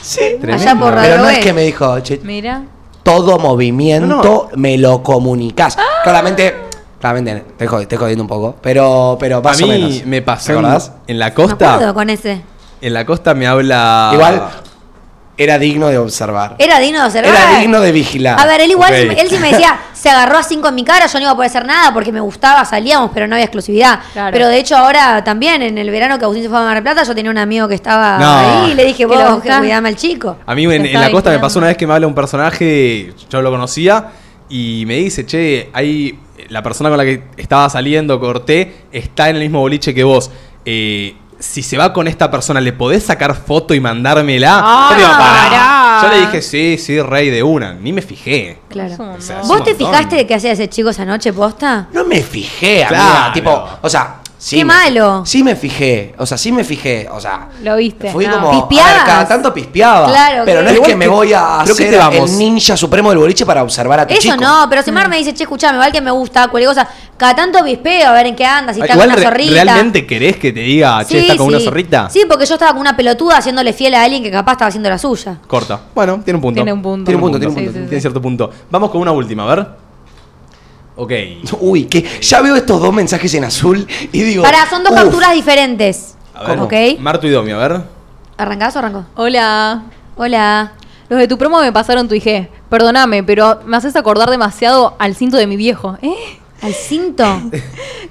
S2: Sí.
S1: Tremendo.
S4: por
S2: Pero no
S4: Raroé.
S2: es que me dijo, "Che,
S3: Mira.
S2: todo movimiento
S5: No,
S2: me lo comunicás.
S4: Ah.
S2: Claramente, claramente, te jod- te jodiendo un poco, pero, pero
S1: A
S2: más o
S1: mí
S2: menos.
S1: me pasó
S2: ¿Te
S1: en,
S2: acordás?
S1: en la
S4: Me acuerdo
S1: costa.
S4: con ese.
S1: En la costa me habla.
S2: Igual, era digno de observar.
S4: Era digno de observar.
S2: Era digno de vigilar.
S4: A ver, él igual,
S1: Ok.
S4: si me- él sí me decía, se agarró a cinco en mi cara, yo no iba a poder hacer nada porque me gustaba, salíamos, pero no había exclusividad.
S3: Claro.
S4: Pero de hecho ahora también, en el verano que Agustín se fue a Mar del Plata, yo tenía un amigo que estaba
S1: No.
S4: ahí y le dije,
S3: ¿Que
S4: vos,
S3: lo
S4: que
S3: buscás?
S4: cuidame al chico.
S1: A mí en, en
S3: Estaba
S1: la costa me
S3: vigilando.
S1: pasó una vez que me habla un personaje, yo lo conocía, y me dice, che, hay la persona con la que estaba saliendo, corté, está en el mismo boliche que vos. Eh, si se va con esta persona, ¿le podés sacar foto y mandármela?
S3: Ah,
S1: yo, le digo, "Pará".
S3: pará.
S1: Yo le dije, sí, sí, rey de una. Ni me fijé.
S4: Claro.
S3: Es un
S1: O sea,
S3: montón.
S1: es
S4: ¿Vos
S1: un
S4: te
S1: montón.
S4: fijaste de qué hacía ese chico esa noche, posta?
S2: No me fijé, amiga.
S1: Claro.
S2: Tipo, o sea, sí.
S4: Qué
S2: me-
S4: malo.
S2: Sí me fijé. O sea, sí me fijé. O sea.
S3: Lo viste,
S2: Fui
S3: no.
S2: como. a ver,
S4: Pispeabas.
S2: cada tanto pispeaba.
S4: Claro,
S2: Pero
S4: que-
S2: no es
S4: Igual
S2: que me
S1: que-
S2: voy a
S1: creo que
S2: hacer
S1: te vamos.
S2: el ninja supremo del boliche para observar a tu
S4: Eso
S2: chico.
S4: no, pero si Mar me dice, che, escuchame, igual que me gusta, cualquier cosa, cada tanto vispeo, a ver en qué andas, si está con
S1: Ah, Igual
S4: una
S1: re-
S4: zorrita.
S1: realmente querés que te diga, che, está con una zorrita.
S4: Sí, porque yo estaba con una pelotuda haciéndole fiel a alguien que capaz estaba haciendo la suya.
S1: Corta. Bueno, tiene un punto.
S3: Tiene un punto.
S2: Tiene un punto, tiene un
S3: punto. Sí, sí, sí.
S1: Tiene cierto punto. Vamos con una última, a ver. Ok.
S2: Uy, que ya veo estos dos mensajes en azul y digo.
S4: Pará, son dos
S2: uf,
S4: capturas diferentes.
S1: A ver.
S4: ¿Ok?
S1: Martu y Domi, a ver.
S4: ¿Arrancás o arrancó?
S3: Hola.
S4: Hola.
S3: Los de tu promo me pasaron tu IG. Perdóname, pero me haces acordar demasiado al cinto de mi viejo. ¿Eh?
S4: ¿Al cinto?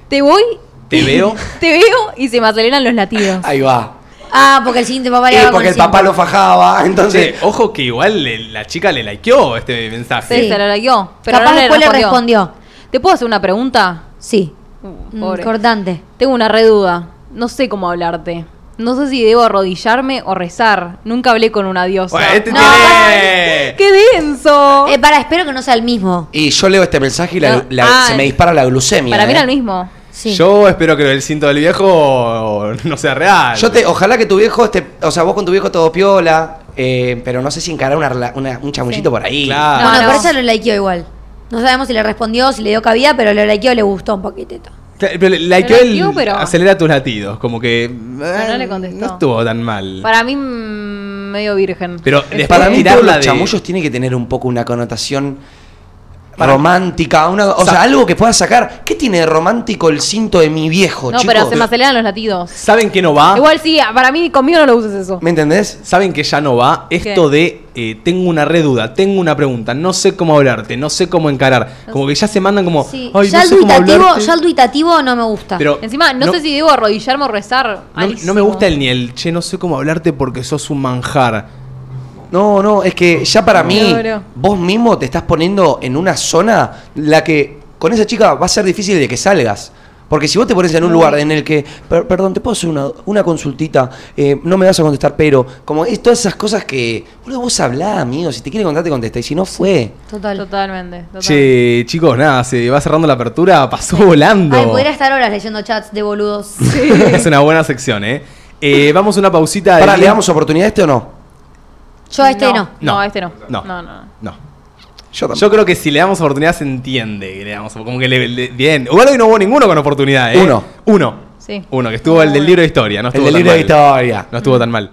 S3: Te voy.
S1: Te veo.
S3: Te veo y se me aceleran los latidos.
S2: Ahí va.
S4: Ah, porque el cinto papá le
S2: Eh,
S4: daba con
S2: porque el
S4: cinto.
S2: papá lo fajaba,
S1: Che,
S2: entonces.
S1: ojo que igual le- la chica le likeó este mensaje.
S3: Sí, se lo likeó, Pero
S4: Capaz
S3: no
S4: después le respondió.
S3: ¿Te puedo hacer una pregunta?
S4: Sí.
S3: Uh,
S4: Mm,
S3: pobre.
S4: Cortante.
S3: Tengo una re duda. No sé cómo hablarte. No sé si debo arrodillarme o rezar. Nunca hablé con una diosa.
S1: Bueno, este
S4: No.
S1: tiene.
S3: ¡Qué denso!
S4: Eh, para, espero que no sea el mismo.
S2: Y yo leo este mensaje y la-
S3: No,
S2: la-
S3: ah,
S2: se me dispara la glucemia.
S3: Para mí era
S2: eh.
S3: el mismo.
S4: Sí.
S1: Yo espero que el cinto del viejo no sea real.
S2: Yo te, ojalá que tu viejo esté, o sea, vos con tu viejo todo piola, eh, pero no sé si encarar una, rela- una- un chamullito por ahí.
S1: Claro.
S4: Bueno,
S3: No,
S4: por
S3: no.
S4: eso lo likeó igual. No sabemos si le respondió, si le dio cabida, pero lo likeó le gustó un poquitito.
S1: Claro, Pero le- likeó el
S3: likeó, pero-
S1: acelera tus latidos. Como que. eh,
S3: le contestó.
S1: no estuvo tan mal.
S3: Para mí, mm, medio virgen.
S1: Pero después
S2: Para mí todos
S1: tirarla
S2: los
S1: de-
S2: chamullos tiene que tener un poco una connotación
S1: Para-
S2: romántica, una, o
S1: Sa-
S2: sea, algo que pueda sacar. ¿Qué tiene de romántico el cinto de mi viejo,
S3: no,
S2: chicos?
S3: pero se me aceleran los latidos.
S1: ¿Saben que no va?
S3: Igual sí, para mí conmigo no lo uses eso.
S2: ¿Me entendés?
S1: ¿Saben que ya no va? Esto de eh, tengo una reduda, tengo una pregunta, no sé cómo hablarte, no sé cómo encarar. Como que ya se mandan como.
S4: Sí.
S1: Oh. Ay,
S4: ya,
S1: no
S4: el
S1: sé cómo
S4: duitativo,
S1: hablarte".
S4: ya el duitativo no me gusta.
S1: Pero
S3: Encima, no,
S1: no-
S3: sé si debo arrodillarme o rezar.
S1: No, no me
S3: Malísimo.
S1: gusta el ni el che, no sé cómo hablarte porque sos un manjar.
S2: No, no, es que ya para mí,
S3: No, no.
S2: vos mismo te estás poniendo en una zona la que con esa chica va a ser difícil de que salgas. Porque si vos te pones en un lugar en el que, "Per- perdón, te puedo hacer una, una consultita, Eh, no me vas a contestar, pero, como es todas esas cosas que, boludo, vos hablá, amigo, si te quiere contar, te contesta, y si no fue.
S4: Total.
S3: Totalmente. totalmente.
S1: Che, chicos, nada, se va cerrando la apertura, pasó volando.
S4: Ay, podría estar horas leyendo chats de boludos.
S1: es una buena sección, ¿eh? Eh, vamos a una pausita. de-
S2: Pará, ¿le damos oportunidad a este o no?
S4: Yo a este no.
S3: No, este no.
S1: No.
S3: No, no.
S1: No.
S2: Yo también.
S1: Yo creo que si le damos oportunidad se entiende que le damos. Como que le. le- bien. Igual hoy no hubo ninguno con oportunidad, ¿eh?
S2: Uno.
S1: Uno.
S3: Sí.
S4: Ah,
S1: Uno, que estuvo el del libro de historia, ¿no?
S2: el
S1: Estuvo
S2: del
S1: tan
S2: libro de
S1: mal.
S2: historia.
S4: Mm.
S1: No estuvo tan mal.